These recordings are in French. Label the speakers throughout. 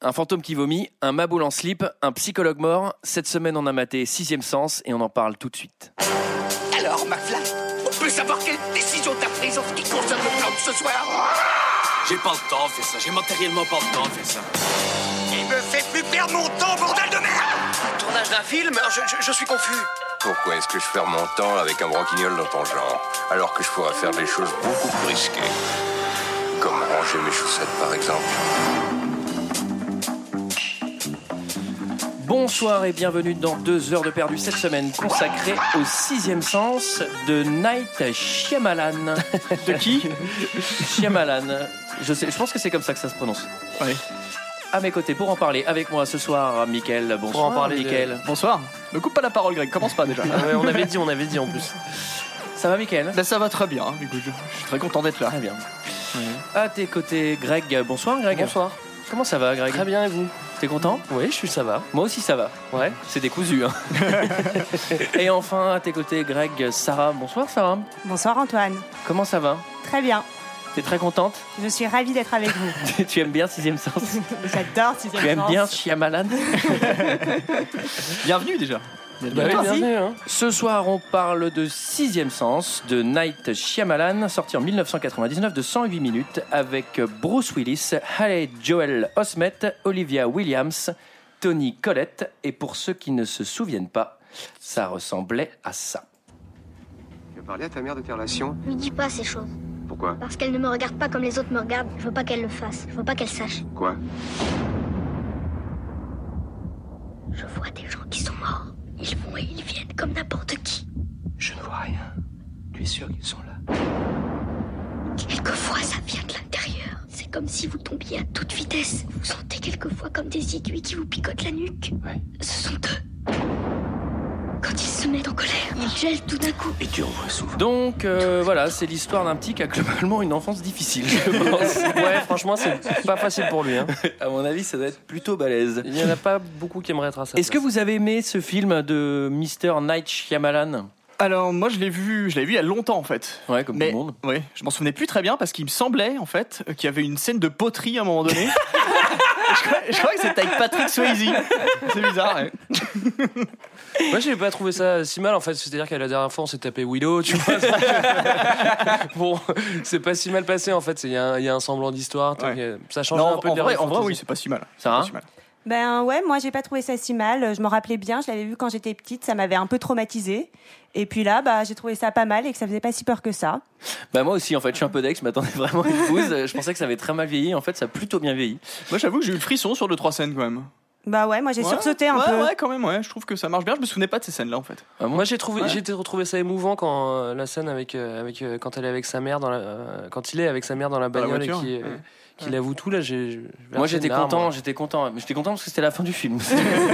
Speaker 1: un fantôme qui vomit, un maboule en slip, un psychologue mort. Cette semaine, on a maté Sixième Sens et on en parle tout de suite.
Speaker 2: Alors, McFly, on peut savoir quelle décision t'as prise en ce qui concerne le plan de ce soir
Speaker 3: J'ai pas le temps de faire ça, j'ai matériellement pas le temps de faire ça.
Speaker 2: Il me fait plus perdre mon temps, bordel de merde
Speaker 4: Tournage d'un film je, je- je suis confus.
Speaker 5: Pourquoi est-ce que je perds mon temps avec un branquignol dans ton genre, alors que je pourrais faire des choses beaucoup plus risquées Comme ranger mes chaussettes, par exemple.
Speaker 1: Bonsoir et bienvenue dans deux heures de perdu cette semaine consacrée au sixième sens de Night Shyamalan. De qui Shyamalan. Je, sais, je pense que c'est comme ça que ça se prononce.
Speaker 6: Oui.
Speaker 1: À mes côtés pour en parler avec moi ce soir, Mickaël. Bonsoir,
Speaker 6: Pour en parler,
Speaker 1: Mickaël.
Speaker 6: de- Bonsoir. Ne coupe pas la parole, Greg. Commence pas déjà.
Speaker 1: Ah ouais, on avait dit, on avait dit en plus. Ça va, Mickaël
Speaker 6: Là, ça va très bien. hein, Du coup, je, je suis très content d'être là.
Speaker 1: Très bien. À tes côtés, Greg. Bonsoir, Greg.
Speaker 7: Bonsoir.
Speaker 1: Comment ça va, Greg
Speaker 7: Très bien et vous
Speaker 1: T'es content
Speaker 7: Oui, je suis ça va.
Speaker 1: Moi aussi, ça va.
Speaker 7: Ouais.
Speaker 1: C'est décousu. Hein. et enfin, à tes côtés, Greg, Sarah. Bonsoir, Sarah.
Speaker 8: Bonsoir Antoine.
Speaker 1: Comment ça va
Speaker 8: Très bien.
Speaker 1: T'es très contente
Speaker 8: Je suis ravie d'être avec vous.
Speaker 1: Tu aimes bien Sixième Sens
Speaker 8: J'adore Sixième
Speaker 1: Tu aimes
Speaker 8: Sens.
Speaker 1: bien Shyamalan
Speaker 6: Bienvenue déjà.
Speaker 1: Bah oui,
Speaker 6: Bah
Speaker 7: Bah
Speaker 6: Merci.
Speaker 1: bienvenue, hein. Ce soir, on parle de Sixième Sens de Night Shyamalan, sorti en 1999 de 108 minutes avec Bruce Willis, Haley Joel Osment, Olivia Williams, Tony Collette. Et pour ceux qui ne se souviennent pas, ça ressemblait à ça.
Speaker 9: Tu as parlé à ta mère de tes relations
Speaker 10: Lui dis pas ces choses,
Speaker 9: Pourquoi
Speaker 10: parce qu'elle ne me regarde pas comme les autres me regardent. Je veux pas qu'elle le fasse, je veux pas qu'elle sache.
Speaker 9: Quoi
Speaker 10: Je vois des gens qui sont morts. Ils vont et ils viennent comme n'importe qui.
Speaker 9: Je ne vois rien. Tu es sûr qu'ils sont là
Speaker 10: Quelquefois, ça vient de l'intérieur. C'est comme si vous tombiez à toute vitesse. Vous sentez quelquefois comme des aiguilles qui vous picotent la nuque.
Speaker 9: Ouais.
Speaker 10: Ce sont eux. Quand ils se mettent en colère, ils gèlent tout d'un coup.
Speaker 9: Et tu en vois souvent.
Speaker 1: Donc euh, voilà, c'est l'histoire d'un petit qui a globalement une enfance difficile, je pense.
Speaker 7: Ouais, franchement, c'est pas facile pour lui. hein.
Speaker 1: à mon avis, ça doit être plutôt balèze.
Speaker 7: Il y en a pas beaucoup qui aimeraient être à ça.
Speaker 1: Est-ce que vous avez aimé ce film de Mr. Night Shyamalan
Speaker 6: Alors, moi, je l'ai vu. Je l'ai vu il y a longtemps en fait.
Speaker 1: Ouais, comme tout le monde.
Speaker 6: ouais, je m'en souvenais plus très bien parce qu'il me semblait en fait euh, qu'il y avait une scène de poterie à un moment donné. je, crois, je crois que c'était avec Patrick Swayze. C'est bizarre. ouais.
Speaker 7: Moi, j'ai pas trouvé ça si mal en fait. C'est-à-dire qu'à la dernière fois, on s'est tapé Willow, tu vois. bon, c'est pas si mal passé en fait. C'est- Il y, a un- il y a un semblant d'histoire. t'as- euh, Ça change
Speaker 6: Non,
Speaker 7: un
Speaker 6: en,
Speaker 7: peu
Speaker 6: en
Speaker 7: de la
Speaker 6: vrai, en
Speaker 7: fantasy.
Speaker 6: vrai, oui, c'est pas si mal. C'est
Speaker 1: Sarah
Speaker 6: pas si mal.
Speaker 8: Ben ouais, moi j'ai pas trouvé ça si mal. Je m'en rappelais bien. Je l'avais vu quand j'étais petite. Ça m'avait un peu traumatisée. Et puis là, bah, j'ai trouvé ça pas mal et que ça faisait pas si peur que ça.
Speaker 1: Bah moi aussi en fait, je suis un peu dex, je m'attendais vraiment à une bouse. Je pensais que ça avait très mal vieilli, en fait ça a plutôt bien vieilli.
Speaker 6: Moi, j'avoue que j'ai eu le frisson sur deux trois scènes quand même.
Speaker 8: Bah ouais, moi j'ai
Speaker 6: Ouais,
Speaker 8: sursauté un
Speaker 6: ouais,
Speaker 8: peu.
Speaker 6: Ouais, quand même. Ouais, je trouve que ça marche bien. Je me souvenais pas de ces scènes là en fait.
Speaker 1: Ah
Speaker 7: Moi, j'ai trouvé,
Speaker 6: Ouais.
Speaker 7: j'ai t- retrouvé ça émouvant quand euh, la scène avec, euh, avec euh, quand elle est avec sa mère dans la, euh, quand il est avec sa mère dans la
Speaker 6: Dans la
Speaker 7: bagnole
Speaker 6: voiture,
Speaker 7: et qu'il euh,
Speaker 6: ouais.
Speaker 7: qu'il avoue tout là. j'ai- j'ai
Speaker 1: moi
Speaker 7: versé
Speaker 1: j'étais
Speaker 7: une larme.
Speaker 1: content, j'étais content, Mais j'étais content parce que c'était la fin du film.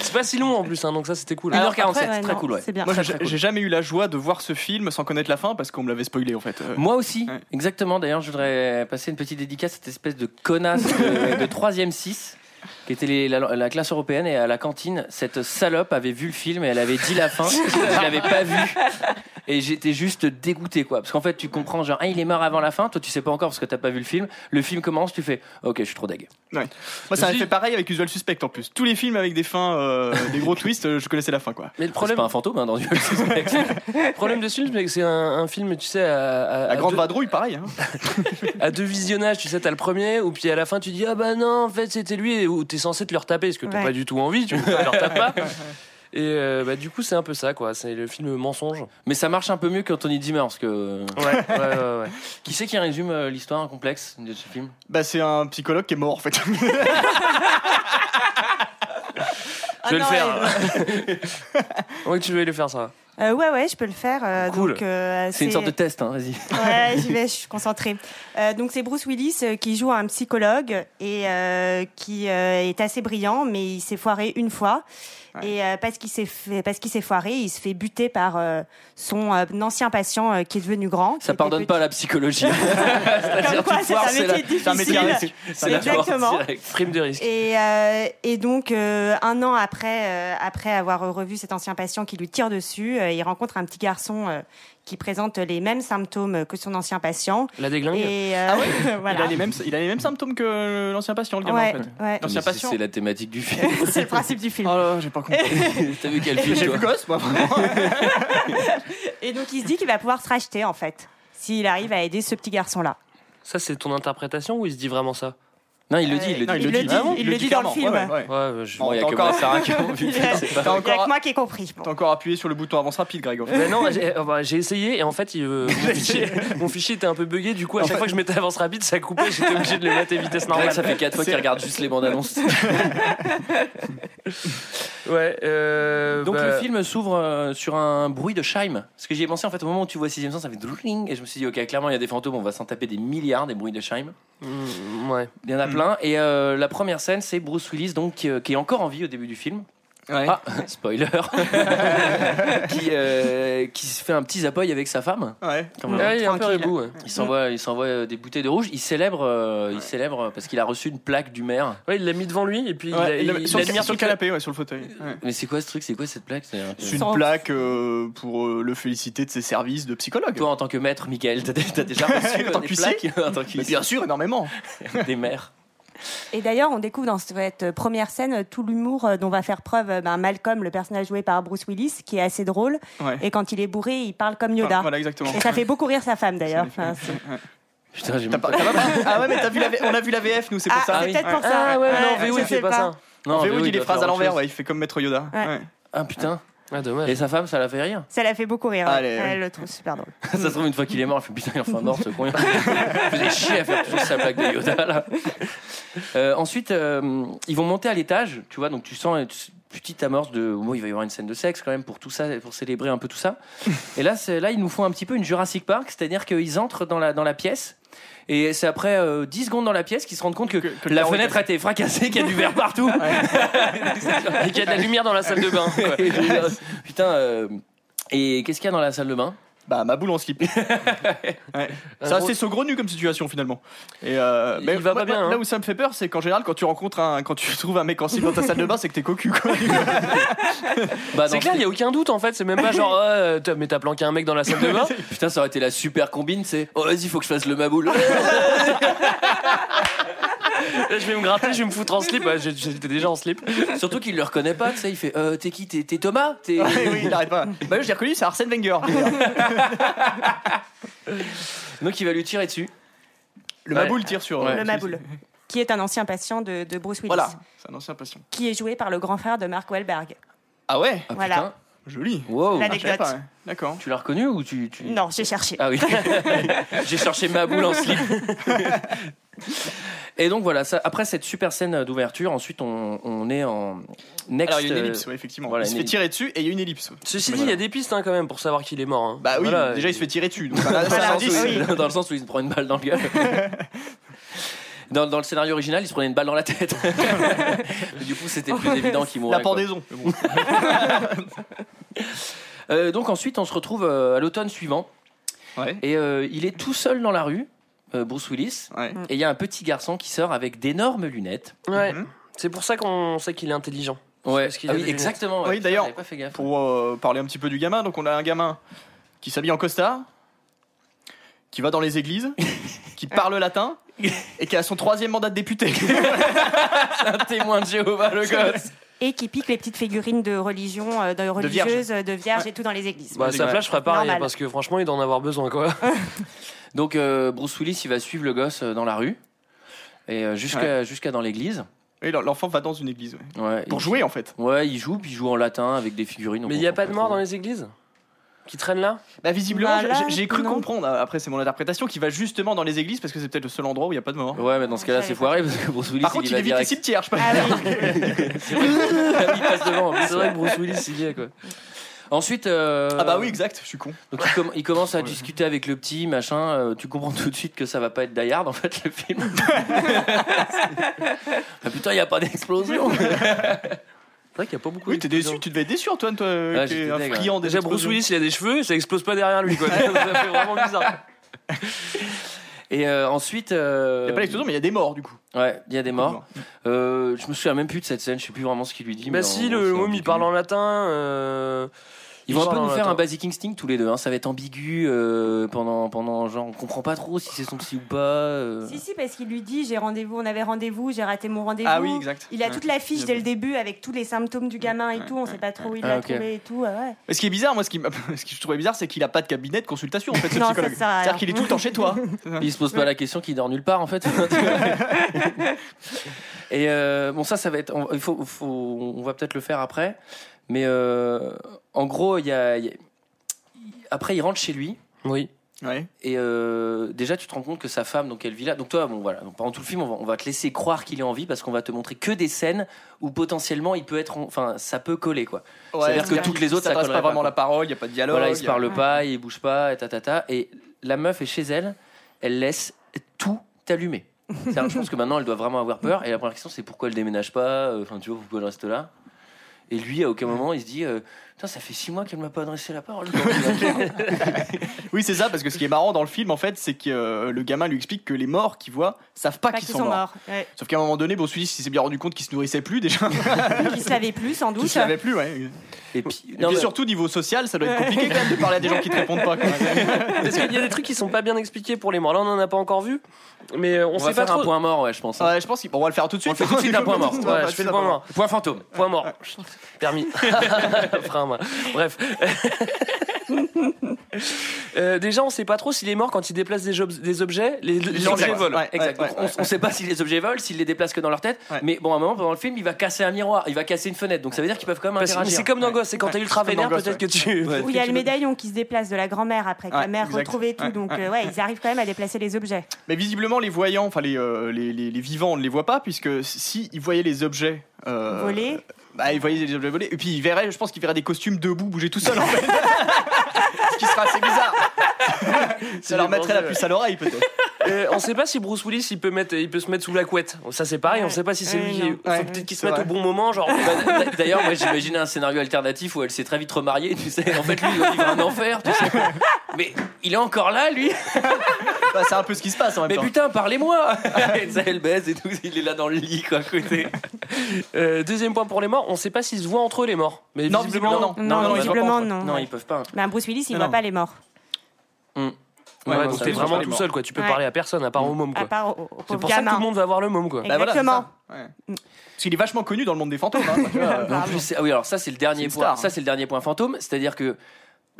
Speaker 7: C'est pas si long en plus, hein, donc ça, c'était cool.
Speaker 1: 1h47,
Speaker 8: Ouais,
Speaker 1: très
Speaker 8: non,
Speaker 1: cool ouais.
Speaker 8: C'est bien.
Speaker 6: Moi,
Speaker 1: Très,
Speaker 6: j'ai
Speaker 1: très cool.
Speaker 6: j'ai jamais eu la joie de voir ce film sans connaître la fin parce qu'on me l'avait spoilé en fait. Euh,
Speaker 1: Moi aussi,
Speaker 6: Ouais.
Speaker 1: exactement. D'ailleurs, je voudrais passer une petite dédicace à cette espèce de connasse de, de 3ème 6 qui était les- la, la classe européenne et à la cantine, cette salope avait vu le film et elle avait dit la fin, je l'avais pas vu. Et j'étais juste dégoûté quoi parce qu'en fait, tu comprends genre ah, il est mort avant la fin, toi tu sais pas encore parce que t'as pas vu le film. Le film commence, tu fais OK, je suis trop deg.
Speaker 6: Moi, ça m'a
Speaker 1: Si.
Speaker 6: fait pareil avec Usual Suspect en plus. Tous les films avec des fins, euh, des gros twists, euh, je connaissais la fin quoi.
Speaker 7: Mais
Speaker 1: C'est
Speaker 7: le problème,
Speaker 1: pas un fantôme hein, dans du
Speaker 7: le problème de ce film, c'est que c'est un, un film, tu sais, à, à-
Speaker 1: Ah,
Speaker 6: La
Speaker 7: à
Speaker 6: grande
Speaker 7: deux,
Speaker 6: vadrouille, pareil. hein.
Speaker 7: à deux visionnages, tu sais, t'as le premier, ou puis à la fin, tu dis, ah bah non, en fait, c'était lui, et- ou t'es censé te le retaper, parce que t'as
Speaker 8: Ouais.
Speaker 7: pas du tout envie, tu vois, leur tapes pas. Et euh, bah, du coup, c'est un peu ça, quoi. C'est le film mensonge.
Speaker 1: Mais ça marche un peu mieux qu'Anthony Dimmer parce que
Speaker 7: Ouais, ouais, ouais. ouais.
Speaker 1: qui c'est qui résume euh, l'histoire complexe de ce film
Speaker 6: Bah, c'est un psychologue qui est mort en fait.
Speaker 7: Je vais
Speaker 8: Ah non,
Speaker 7: le faire. ouais, tu vais le faire, ça.
Speaker 8: Euh, ouais, ouais, je peux le faire. euh,
Speaker 7: Cool.
Speaker 8: donc, euh,
Speaker 1: C'est une sorte de test hein, vas-y.
Speaker 8: Ouais, j'y vais, je suis concentrée. Euh, donc c'est Bruce Willis euh, qui joue un psychologue et euh, qui euh, est assez brillant, mais il s'est foiré une fois. Et euh, parce qu'il s'est fait- parce qu'il s'est foiré, il se fait buter par euh, son euh, ancien patient euh, qui est devenu grand.
Speaker 1: Ça pardonne pas à la psychologie. C'est-à-dire,
Speaker 8: Comme quoi,
Speaker 1: tu
Speaker 8: c'est
Speaker 1: foires,
Speaker 8: un
Speaker 1: c'est la-
Speaker 8: métier
Speaker 6: C'est un métier à
Speaker 8: difficile.
Speaker 6: risque.
Speaker 1: c'est la porte
Speaker 8: Exactement.
Speaker 1: directe.
Speaker 7: Prime de risque.
Speaker 8: Et, euh, et donc, euh, un an après, euh, après avoir revu cet ancien patient qui lui tire dessus, euh, euh, il rencontre un petit garçon euh, qui présente les mêmes symptômes que son ancien patient.
Speaker 7: La déglingue
Speaker 8: Et, euh,
Speaker 1: Ah
Speaker 8: voilà.
Speaker 6: il, a les mêmes, il a les mêmes symptômes que euh, l'ancien patient, le gamin,
Speaker 8: Ouais,
Speaker 6: en fait.
Speaker 8: ouais.
Speaker 6: L'ancien
Speaker 1: Mais c'est-
Speaker 6: patient.
Speaker 1: C'est la thématique du film.
Speaker 8: C'est le principe du film.
Speaker 6: Oh là, j'ai pas compris.
Speaker 1: T'as vu quel film,
Speaker 6: j'ai
Speaker 1: toi
Speaker 6: vu gosse, moi, vraiment.
Speaker 8: Et donc il se dit qu'il va pouvoir se racheter en fait, s'il arrive à aider ce petit garçon-là.
Speaker 7: Ça, c'est ton interprétation ou il se dit vraiment ça
Speaker 1: Non, il le dit, il le
Speaker 6: Non,
Speaker 1: dit.
Speaker 8: Euh, il le dit.
Speaker 6: Ah bon
Speaker 8: il le dit dans le
Speaker 6: clairement.
Speaker 8: film.
Speaker 6: Ouais, ouais, ouais.
Speaker 7: Ouais, je...
Speaker 1: Bon, il y a que
Speaker 6: Encore-
Speaker 1: moi et Sarah qui ont vu le
Speaker 8: Il
Speaker 1: film,
Speaker 8: a-
Speaker 1: c'est pas
Speaker 6: T'as
Speaker 1: vrai.
Speaker 8: Il y a
Speaker 6: encore,
Speaker 8: que moi qui ai compris. Bon.
Speaker 6: t'as encore appuyé sur le bouton avance rapide, Greg. en fait.
Speaker 7: Ben non, j'ai euh, bah, j'ai essayé et en fait, il, euh, mon, fichier, mon fichier était un peu bugué. Du coup, à chaque fois que je mettais avance rapide, ça coupait. J'étais obligé de le mettre à vitesse
Speaker 1: Greg,
Speaker 7: normale.
Speaker 1: ça fait 4 fois qu'il regarde juste les bandes annonces.
Speaker 7: Ouais. euh,
Speaker 1: Donc
Speaker 7: bah,
Speaker 1: le film s'ouvre euh, sur un bruit de chime. Parce que j'y ai pensé en fait au moment où tu vois sixième sens, ça fait dring et je me suis dit ok clairement il y a des fantômes, on va s'en taper des milliards des bruits de chime.
Speaker 7: mm, ouais.
Speaker 1: Il y en a
Speaker 6: Mm.
Speaker 1: plein et euh, la première scène c'est Bruce Willis donc qui, euh, qui est encore en vie au début du film.
Speaker 6: Ouais.
Speaker 1: Ah spoiler qui euh, qui se fait un petit zapoy avec sa femme.
Speaker 6: Ouais.
Speaker 1: quand même.
Speaker 7: Ouais, il est Ah un peu
Speaker 8: Tranquille.
Speaker 7: rebou. Ouais.
Speaker 1: Il s'envoie il s'envoie euh, des bouteilles de rouge. Il célèbre euh, il célèbre euh, parce qu'il a reçu une plaque du maire.
Speaker 7: Ouais, il l'a mis devant lui et puis il a-
Speaker 6: Ouais,
Speaker 7: il,
Speaker 6: il a-
Speaker 7: il
Speaker 6: sur,
Speaker 7: a
Speaker 6: le-
Speaker 7: mis
Speaker 6: sur le
Speaker 7: toute la-
Speaker 6: canapé, ouais, sur le fauteuil. Ouais.
Speaker 1: Mais c'est quoi ce truc C'est quoi cette plaque C'est un-
Speaker 6: C'est une
Speaker 8: Sans-
Speaker 6: plaque euh, pour euh, le féliciter de ses services de psychologue.
Speaker 1: euh, Toi en tant que maître, Michael, t'as t'as déjà reçu
Speaker 6: En tant
Speaker 1: euh, des
Speaker 6: qu'huissier
Speaker 1: plaques en tant
Speaker 6: Mais
Speaker 1: qu'huissier
Speaker 6: bien sûr, énormément.
Speaker 1: des maires.
Speaker 8: Et d'ailleurs, on découvre dans cette euh, première scène euh, tout l'humour euh, dont va faire preuve euh, ben, Malcolm, le personnage joué par Bruce Willis, qui est assez drôle.
Speaker 6: Ouais.
Speaker 8: Et quand il est bourré, il parle comme Yoda.
Speaker 6: Voilà, exactement.
Speaker 8: Et ça fait beaucoup rire sa femme d'ailleurs. Enfin, c'est-
Speaker 1: Putain, j'ai
Speaker 6: T'as
Speaker 1: même
Speaker 6: pas- t'as pas- ah ouais, mais t'as vu la V- on a vu la VF, nous, c'est pour
Speaker 8: Ah,
Speaker 6: ça.
Speaker 8: c'est peut-être
Speaker 6: Ouais.
Speaker 8: pour ça.
Speaker 7: Ah ouais,
Speaker 8: Ouais,
Speaker 7: non,
Speaker 8: je
Speaker 7: VO, il
Speaker 8: sais
Speaker 7: fait pas,
Speaker 8: pas.
Speaker 7: ça.
Speaker 1: Non,
Speaker 6: en
Speaker 1: mais
Speaker 6: VO,
Speaker 1: oui,
Speaker 6: il dit les
Speaker 1: doit
Speaker 6: phrases
Speaker 1: faire
Speaker 6: à
Speaker 1: autre
Speaker 6: l'envers,
Speaker 1: chose.
Speaker 6: ouais, il fait comme Maître Yoda.
Speaker 8: Ouais.
Speaker 6: Ouais.
Speaker 1: Ah putain.
Speaker 7: Ah, dommage.
Speaker 1: Et sa femme, ça l'a fait rire.
Speaker 8: Ça la fait beaucoup rire.
Speaker 6: Ah, elle
Speaker 8: ouais.
Speaker 6: est-
Speaker 8: Elle le trouve super drôle.
Speaker 1: ça se trouve, une fois qu'il est mort, elle fait putain, il est enfin mort ce con. Il faisait chier à faire toujours sa blague de Yoda là. Euh, ensuite, euh, ils vont monter à l'étage, tu vois, donc tu sens une petite amorce de. Bon, il va y avoir une scène de sexe quand même pour tout ça, pour célébrer un peu tout ça. Et là, c'est- là ils nous font un petit peu une Jurassic Park, c'est-à-dire qu'ils entrent dans la, dans la pièce. Et c'est après euh, 10 secondes dans la pièce qu'ils se rendent compte que,
Speaker 6: Que- que le
Speaker 1: la
Speaker 6: carreau est
Speaker 1: fenêtre a été fracassée, qu'il y a du verre partout.
Speaker 7: Et qu'il y a de la lumière dans la salle de bain. quoi.
Speaker 1: Et je veux dire, putain, euh, et qu'est-ce qu'il y a dans la salle de bain Euh,
Speaker 6: Bah, ma boule en slip. ouais. C'est assez saugrenu comme situation finalement. Et euh,
Speaker 7: Il va pas bien, hein.
Speaker 6: Là où ça me fait peur, c'est qu'en général, quand tu rencontres un, quand tu trouves un mec en slip dans ta salle de bain, c'est que t'es cocu quoi.
Speaker 1: Bah,
Speaker 7: C'est
Speaker 1: dans-
Speaker 7: clair, il n'y a aucun doute en fait. C'est même pas genre, euh, t'as- mais t'as planqué un mec dans la salle de bain.
Speaker 1: Putain, ça aurait été la super combine, c'est oh vas-y, faut que je fasse le maboule.
Speaker 7: Là, je vais me gratter, je vais me foutre en slip. Ouais, j'ai- J'étais déjà en slip.
Speaker 1: Surtout qu'il le reconnaît pas, tu sais, il fait euh, t'es qui T'es t'es Thomas T'es-
Speaker 6: Ouais, oui, il arrête pas. Bah, je l'ai reconnu, c'est Arsène Wenger.
Speaker 1: Donc il va lui tirer dessus.
Speaker 6: Le
Speaker 1: Ouais.
Speaker 6: Maboul tire sur. euh,
Speaker 1: Ouais.
Speaker 8: Le Maboul, qui est un ancien patient de, de Bruce Willis,
Speaker 6: Voilà, c'est un ancien patient.
Speaker 8: qui est joué par le grand frère de Mark Wahlberg.
Speaker 6: Ah ouais
Speaker 1: Ah
Speaker 8: Voilà.
Speaker 1: putain,
Speaker 6: Joli.
Speaker 1: wow.
Speaker 8: La-
Speaker 6: Ah, je savais
Speaker 8: Anecdote.
Speaker 6: pas, ouais. D'accord.
Speaker 1: Tu l'as reconnu ou tu. tu-
Speaker 8: Non, j'ai cherché.
Speaker 1: Ah oui, j'ai cherché maboule en slip. Et donc voilà, ça, après cette super scène d'ouverture, ensuite on, on est en next.
Speaker 6: Alors il y a une
Speaker 1: euh,
Speaker 6: ellipse, ouais, effectivement.
Speaker 1: voilà,
Speaker 6: il se
Speaker 1: une
Speaker 6: fait
Speaker 1: ellipse.
Speaker 6: tirer dessus et il y a une ellipse.
Speaker 7: Ceci dit, il y a des pistes hein, quand même pour savoir qu'il est mort. hein.
Speaker 6: Bah oui,
Speaker 7: Voilà,
Speaker 6: déjà il se fait tirer dessus. Donc, c'est un-
Speaker 1: dans,
Speaker 6: c'est un
Speaker 1: le sens
Speaker 6: indice.
Speaker 1: où il, dans le sens où il se prend une balle dans le gueule. Dans, dans le scénario original, il se prenait une balle dans la tête. du coup, c'était plus évident qu'il
Speaker 6: La
Speaker 1: mourrait. quoi.
Speaker 6: pendaison. Mais bon.
Speaker 1: Euh, donc ensuite, on se retrouve euh, à l'automne suivant.
Speaker 6: Ouais.
Speaker 1: Et euh, il est tout seul dans la rue, euh, Bruce Willis.
Speaker 6: Ouais.
Speaker 1: Et il y a un petit garçon qui sort avec d'énormes lunettes.
Speaker 7: Ouais.
Speaker 6: Mhm.
Speaker 7: C'est pour ça qu'on sait qu'il est intelligent.
Speaker 1: Ouais,
Speaker 7: parce qu'il
Speaker 1: ah
Speaker 7: a
Speaker 1: oui,
Speaker 7: des lunettes.
Speaker 1: exactement. ouais.
Speaker 6: Oui, d'ailleurs,
Speaker 1: J'avais pas fait gaffe.
Speaker 6: Pour euh, parler un petit peu du gamin, donc on a un gamin qui s'habille en costard, qui va dans les églises, qui parle latin et qui a son troisième mandat de député.
Speaker 1: Un témoin de Jéhovah, le gosse.
Speaker 8: Et qui pique les petites figurines de religion, euh, de religieuses, euh, de vierges et tout dans les églises.
Speaker 7: Bah, à sa place, je ferais pareil
Speaker 8: Normal.
Speaker 7: parce que franchement, il doit en avoir besoin quoi.
Speaker 1: Donc euh, Bruce Willis, il va suivre le gosse euh, dans la rue. Et euh, jusqu'à jusqu'à dans l'église.
Speaker 6: Et l'enfant va dans une église ouais.
Speaker 1: Ouais,
Speaker 6: pour
Speaker 1: il-
Speaker 6: jouer en fait.
Speaker 1: Ouais, il joue, puis il joue en latin avec des figurines. on
Speaker 7: Mais il n'y a
Speaker 1: comprend
Speaker 7: pas de mort
Speaker 1: trop.
Speaker 7: dans les églises qui traîne là
Speaker 6: Bah visiblement,
Speaker 8: Bah, là,
Speaker 6: j'ai- j'ai cru
Speaker 8: non.
Speaker 6: comprendre. hein. Après, c'est mon interprétation qui va justement dans les églises parce que c'est peut-être le seul endroit où il n'y a pas de mort.
Speaker 1: Ouais, mais dans ce cas-là, c'est foiré parce que Bruce Willis,
Speaker 6: Par contre, il
Speaker 1: va
Speaker 6: évite les
Speaker 1: direct.
Speaker 6: cimetières. Je sais pas.
Speaker 8: Ah oui.
Speaker 1: il passe devant.
Speaker 7: C'est vrai que Bruce Willis, il y est quoi.
Speaker 1: Ensuite. euh,
Speaker 6: Ah bah oui, exact. Je suis con.
Speaker 1: Donc il, com- il commence à discuter avec le petit machin. euh, tu comprends tout de suite que ça va pas être Die Hard en fait le film. Ah, putain, il y a pas d'explosion.
Speaker 7: C'est vrai qu'il n'y a pas beaucoup
Speaker 6: Oui, t'es déçu. Tu devais être déçu, Antoine, toi,
Speaker 1: Ah,
Speaker 6: qui
Speaker 1: j'étais
Speaker 6: es un
Speaker 1: deg, ouais.
Speaker 6: friand des
Speaker 7: Déjà, Bruce
Speaker 6: explosions.
Speaker 7: Willis, il a des cheveux, ça explose pas derrière lui quoi. ça fait vraiment bizarre.
Speaker 1: Et euh, ensuite.
Speaker 6: Il
Speaker 1: euh,
Speaker 6: n'y a pas l'explosion, mais il y a des morts du coup.
Speaker 1: Ouais, il y a des morts. Euh, je me souviens même plus de cette scène. Je sais plus vraiment ce qu'il lui dit.
Speaker 7: Bah
Speaker 1: mais
Speaker 7: si,
Speaker 1: en gros,
Speaker 7: le
Speaker 1: c'est
Speaker 7: môme, il
Speaker 1: ridicule.
Speaker 7: parle en latin. euh,
Speaker 1: Ils vont un
Speaker 7: Ils
Speaker 1: peu
Speaker 7: sont
Speaker 1: nous
Speaker 7: dans
Speaker 1: faire
Speaker 7: la-
Speaker 1: un Basic Instinct tous les deux. hein. Ça va être ambigu euh, pendant, pendant genre, on comprend pas trop si c'est son psy ou pas. euh.
Speaker 8: Si, si, parce qu'il lui dit j'ai rendez-vous, on avait rendez-vous, j'ai raté mon rendez-vous.
Speaker 6: Ah oui, exact.
Speaker 8: Il a
Speaker 6: Ouais.
Speaker 8: toute la fiche dès le début avec tous les symptômes du gamin et tout, on sait pas trop où il l'a
Speaker 6: Ah, ok.
Speaker 8: trouvé et tout. ah ouais.
Speaker 6: Mais ce qui est bizarre, moi, ce, qui m'a- ce que je trouvais bizarre, c'est qu'il a pas de cabinet de consultation, en fait, ce
Speaker 8: Non, ça
Speaker 6: psychologue.
Speaker 8: sert à rien.
Speaker 6: C'est-à-dire qu'il est tout le temps chez toi.
Speaker 1: Il se pose pas la question qu'il dort nulle part en fait. Et euh, bon ça ça va être on, il faut, faut- on va peut-être le faire après mais euh, en gros il y a, il y a- après il rentre chez lui
Speaker 7: Oui.
Speaker 6: Ouais.
Speaker 1: et euh, déjà tu te rends compte que sa femme donc elle vit là donc toi bon voilà donc pendant tout le film on va, on va te laisser croire qu'il est en vie parce qu'on va te montrer que des scènes où potentiellement il peut être en- enfin ça peut coller quoi.
Speaker 6: Ouais,
Speaker 1: C'est-à-dire que toutes
Speaker 6: il-
Speaker 1: les autres ça,
Speaker 6: passe
Speaker 1: collerait
Speaker 6: pas vraiment
Speaker 1: quoi.
Speaker 6: la parole, il y a pas de dialogue.
Speaker 1: Voilà, il se
Speaker 6: y a- Ah.
Speaker 1: parle pas, il bouge pas, et ta, ta, ta. Et la meuf est chez elle, elle laisse tout allumer. C'est-à-dire, Je pense que maintenant, elle doit vraiment avoir peur. Et la première question, c'est pourquoi elle déménage pas euh, Enfin, tu vois, pourquoi elle reste là Et lui, à aucun moment, il se dit euh, Putain, ça fait six mois qu'elle m'a pas adressé la parole.
Speaker 6: Oui, c'est ça, parce que ce qui est marrant dans le film, en fait, c'est que euh, le gamin lui explique que les morts qu'il voit savent pas,
Speaker 8: Pas
Speaker 6: qu'ils sont morts.
Speaker 8: Ouais.
Speaker 6: Sauf qu'à un moment donné, bon, celui-ci s'est bien rendu compte qu'il se nourrissait plus déjà.
Speaker 8: Qu'il se lavait plus, sans
Speaker 6: Qu'il
Speaker 8: doute.
Speaker 6: se lavait plus, ouais.
Speaker 1: Et puis,
Speaker 6: Et
Speaker 1: non,
Speaker 6: puis
Speaker 1: mais-
Speaker 6: surtout, niveau social, ça doit être compliqué quand même de parler à des gens qui te répondent pas. quoi.
Speaker 7: Parce qu'il y a des trucs qui sont pas bien expliqués pour les morts. Là, on en a pas encore vu, mais euh, on,
Speaker 1: on
Speaker 7: sait
Speaker 1: va
Speaker 7: pas
Speaker 1: faire
Speaker 7: trop.
Speaker 1: un point mort, ouais, je pense. hein.
Speaker 6: Ouais, je pense qu'on va le faire tout de
Speaker 1: On
Speaker 6: suite.
Speaker 1: fait tout de suite un point mort.
Speaker 6: Ouais,
Speaker 7: Ouais,
Speaker 6: bah,
Speaker 7: je fais
Speaker 6: c'est
Speaker 7: le
Speaker 6: ça,
Speaker 7: point
Speaker 6: pas
Speaker 7: mort. Point fantôme. Point mort. Permis. Frein à main. Bref. Euh, déjà, on sait pas trop s'il est mort quand il déplace des, ob- des objets. Les, les
Speaker 6: Exact.
Speaker 7: objets volent.
Speaker 6: Ouais,
Speaker 1: Exact.
Speaker 6: ouais,
Speaker 1: Donc,
Speaker 6: ouais,
Speaker 1: on, on sait pas si les objets volent, s'ils les déplacent que dans leur tête.
Speaker 6: Ouais.
Speaker 1: Mais bon, à un moment, pendant le film, il va casser un miroir, il va casser une fenêtre. Donc ça veut dire qu'ils peuvent quand même
Speaker 7: Parce que
Speaker 1: interagir.
Speaker 7: Bah, C'est comme dans Ghost, c'est quand t'es ultra
Speaker 6: c'est comme dans
Speaker 7: vénère,
Speaker 6: Ghost,
Speaker 7: peut-être que tu.
Speaker 6: Ouais.
Speaker 8: Où il y a le médaillon qui se déplace de la grand-mère après que
Speaker 6: Ouais,
Speaker 8: la mère
Speaker 6: exact.
Speaker 8: retrouve et tout.
Speaker 6: Ouais,
Speaker 8: donc,
Speaker 6: ouais.
Speaker 8: euh, ouais, ils arrivent quand même à déplacer les objets.
Speaker 6: Mais visiblement, les voyants, enfin les, euh, les, les- les vivants, on ne les voit pas, puisque si ils voyaient les objets euh,
Speaker 8: Voler.
Speaker 6: bah, ils voyaient les objets volés, et puis ils verraient, je pense qu'ils verraient des costumes debout bouger tout seul en fait. Ce qui sera assez bizarre. Ça leur mettrait la puce à l'oreille peut-être.
Speaker 7: Euh, on sait pas si Bruce Willis il peut, mettre, il peut se mettre sous la couette. Ça c'est pareil, on sait pas si c'est
Speaker 8: Ouais,
Speaker 7: lui.
Speaker 8: non.
Speaker 7: qui- Faut
Speaker 6: Ouais.
Speaker 7: peut-être qu'il se
Speaker 6: C'est
Speaker 7: mette au
Speaker 6: vrai.
Speaker 7: bon moment, genre.
Speaker 1: Bah, d- D'ailleurs, moi j'imaginais un scénario alternatif où elle s'est très vite remariée, tu sais. En fait, lui, il va vivre un enfer, tu sais. Mais il est encore là, lui.
Speaker 6: Bah, c'est un peu ce qui se passe en même
Speaker 1: Mais
Speaker 6: temps.
Speaker 1: putain, parlez-moi. Et ça, elle baise et tout. Il est là dans le lit, quoi, à côté.
Speaker 7: Euh, deuxième point pour les morts, on sait pas s'ils se voient entre eux les morts. Mais
Speaker 6: Non,
Speaker 7: visiblement,
Speaker 6: visiblement,
Speaker 8: Non,
Speaker 1: ils peuvent
Speaker 8: visiblement,
Speaker 1: pas,
Speaker 8: non.
Speaker 1: Non, ils peuvent pas.
Speaker 8: Ben, Bruce Willis, il
Speaker 6: Non,
Speaker 8: voit
Speaker 6: non.
Speaker 8: pas les morts.
Speaker 7: Ouais,
Speaker 6: Ouais,
Speaker 7: donc
Speaker 6: ça,
Speaker 7: t'es
Speaker 6: ils sont
Speaker 7: vraiment
Speaker 6: pas
Speaker 7: tout
Speaker 6: morts.
Speaker 7: seul quoi. Tu peux
Speaker 8: Ouais.
Speaker 7: parler à personne à part au môme
Speaker 8: À
Speaker 7: quoi.
Speaker 8: part au, au
Speaker 7: C'est
Speaker 8: pauvre
Speaker 7: pour ça que tout
Speaker 8: gamin.
Speaker 7: le monde va voir le
Speaker 1: Ben,
Speaker 7: môme quoi.
Speaker 6: Bah, voilà, c'est
Speaker 8: Exactement.
Speaker 6: ça. Ouais. Parce qu'il est vachement connu dans le monde des fantômes. hein, tu vois.
Speaker 1: En plus, c'est- ah oui, alors ça c'est le dernier
Speaker 6: une
Speaker 1: point.
Speaker 6: star, hein.
Speaker 1: Ça c'est le dernier point fantôme, c'est-à-dire que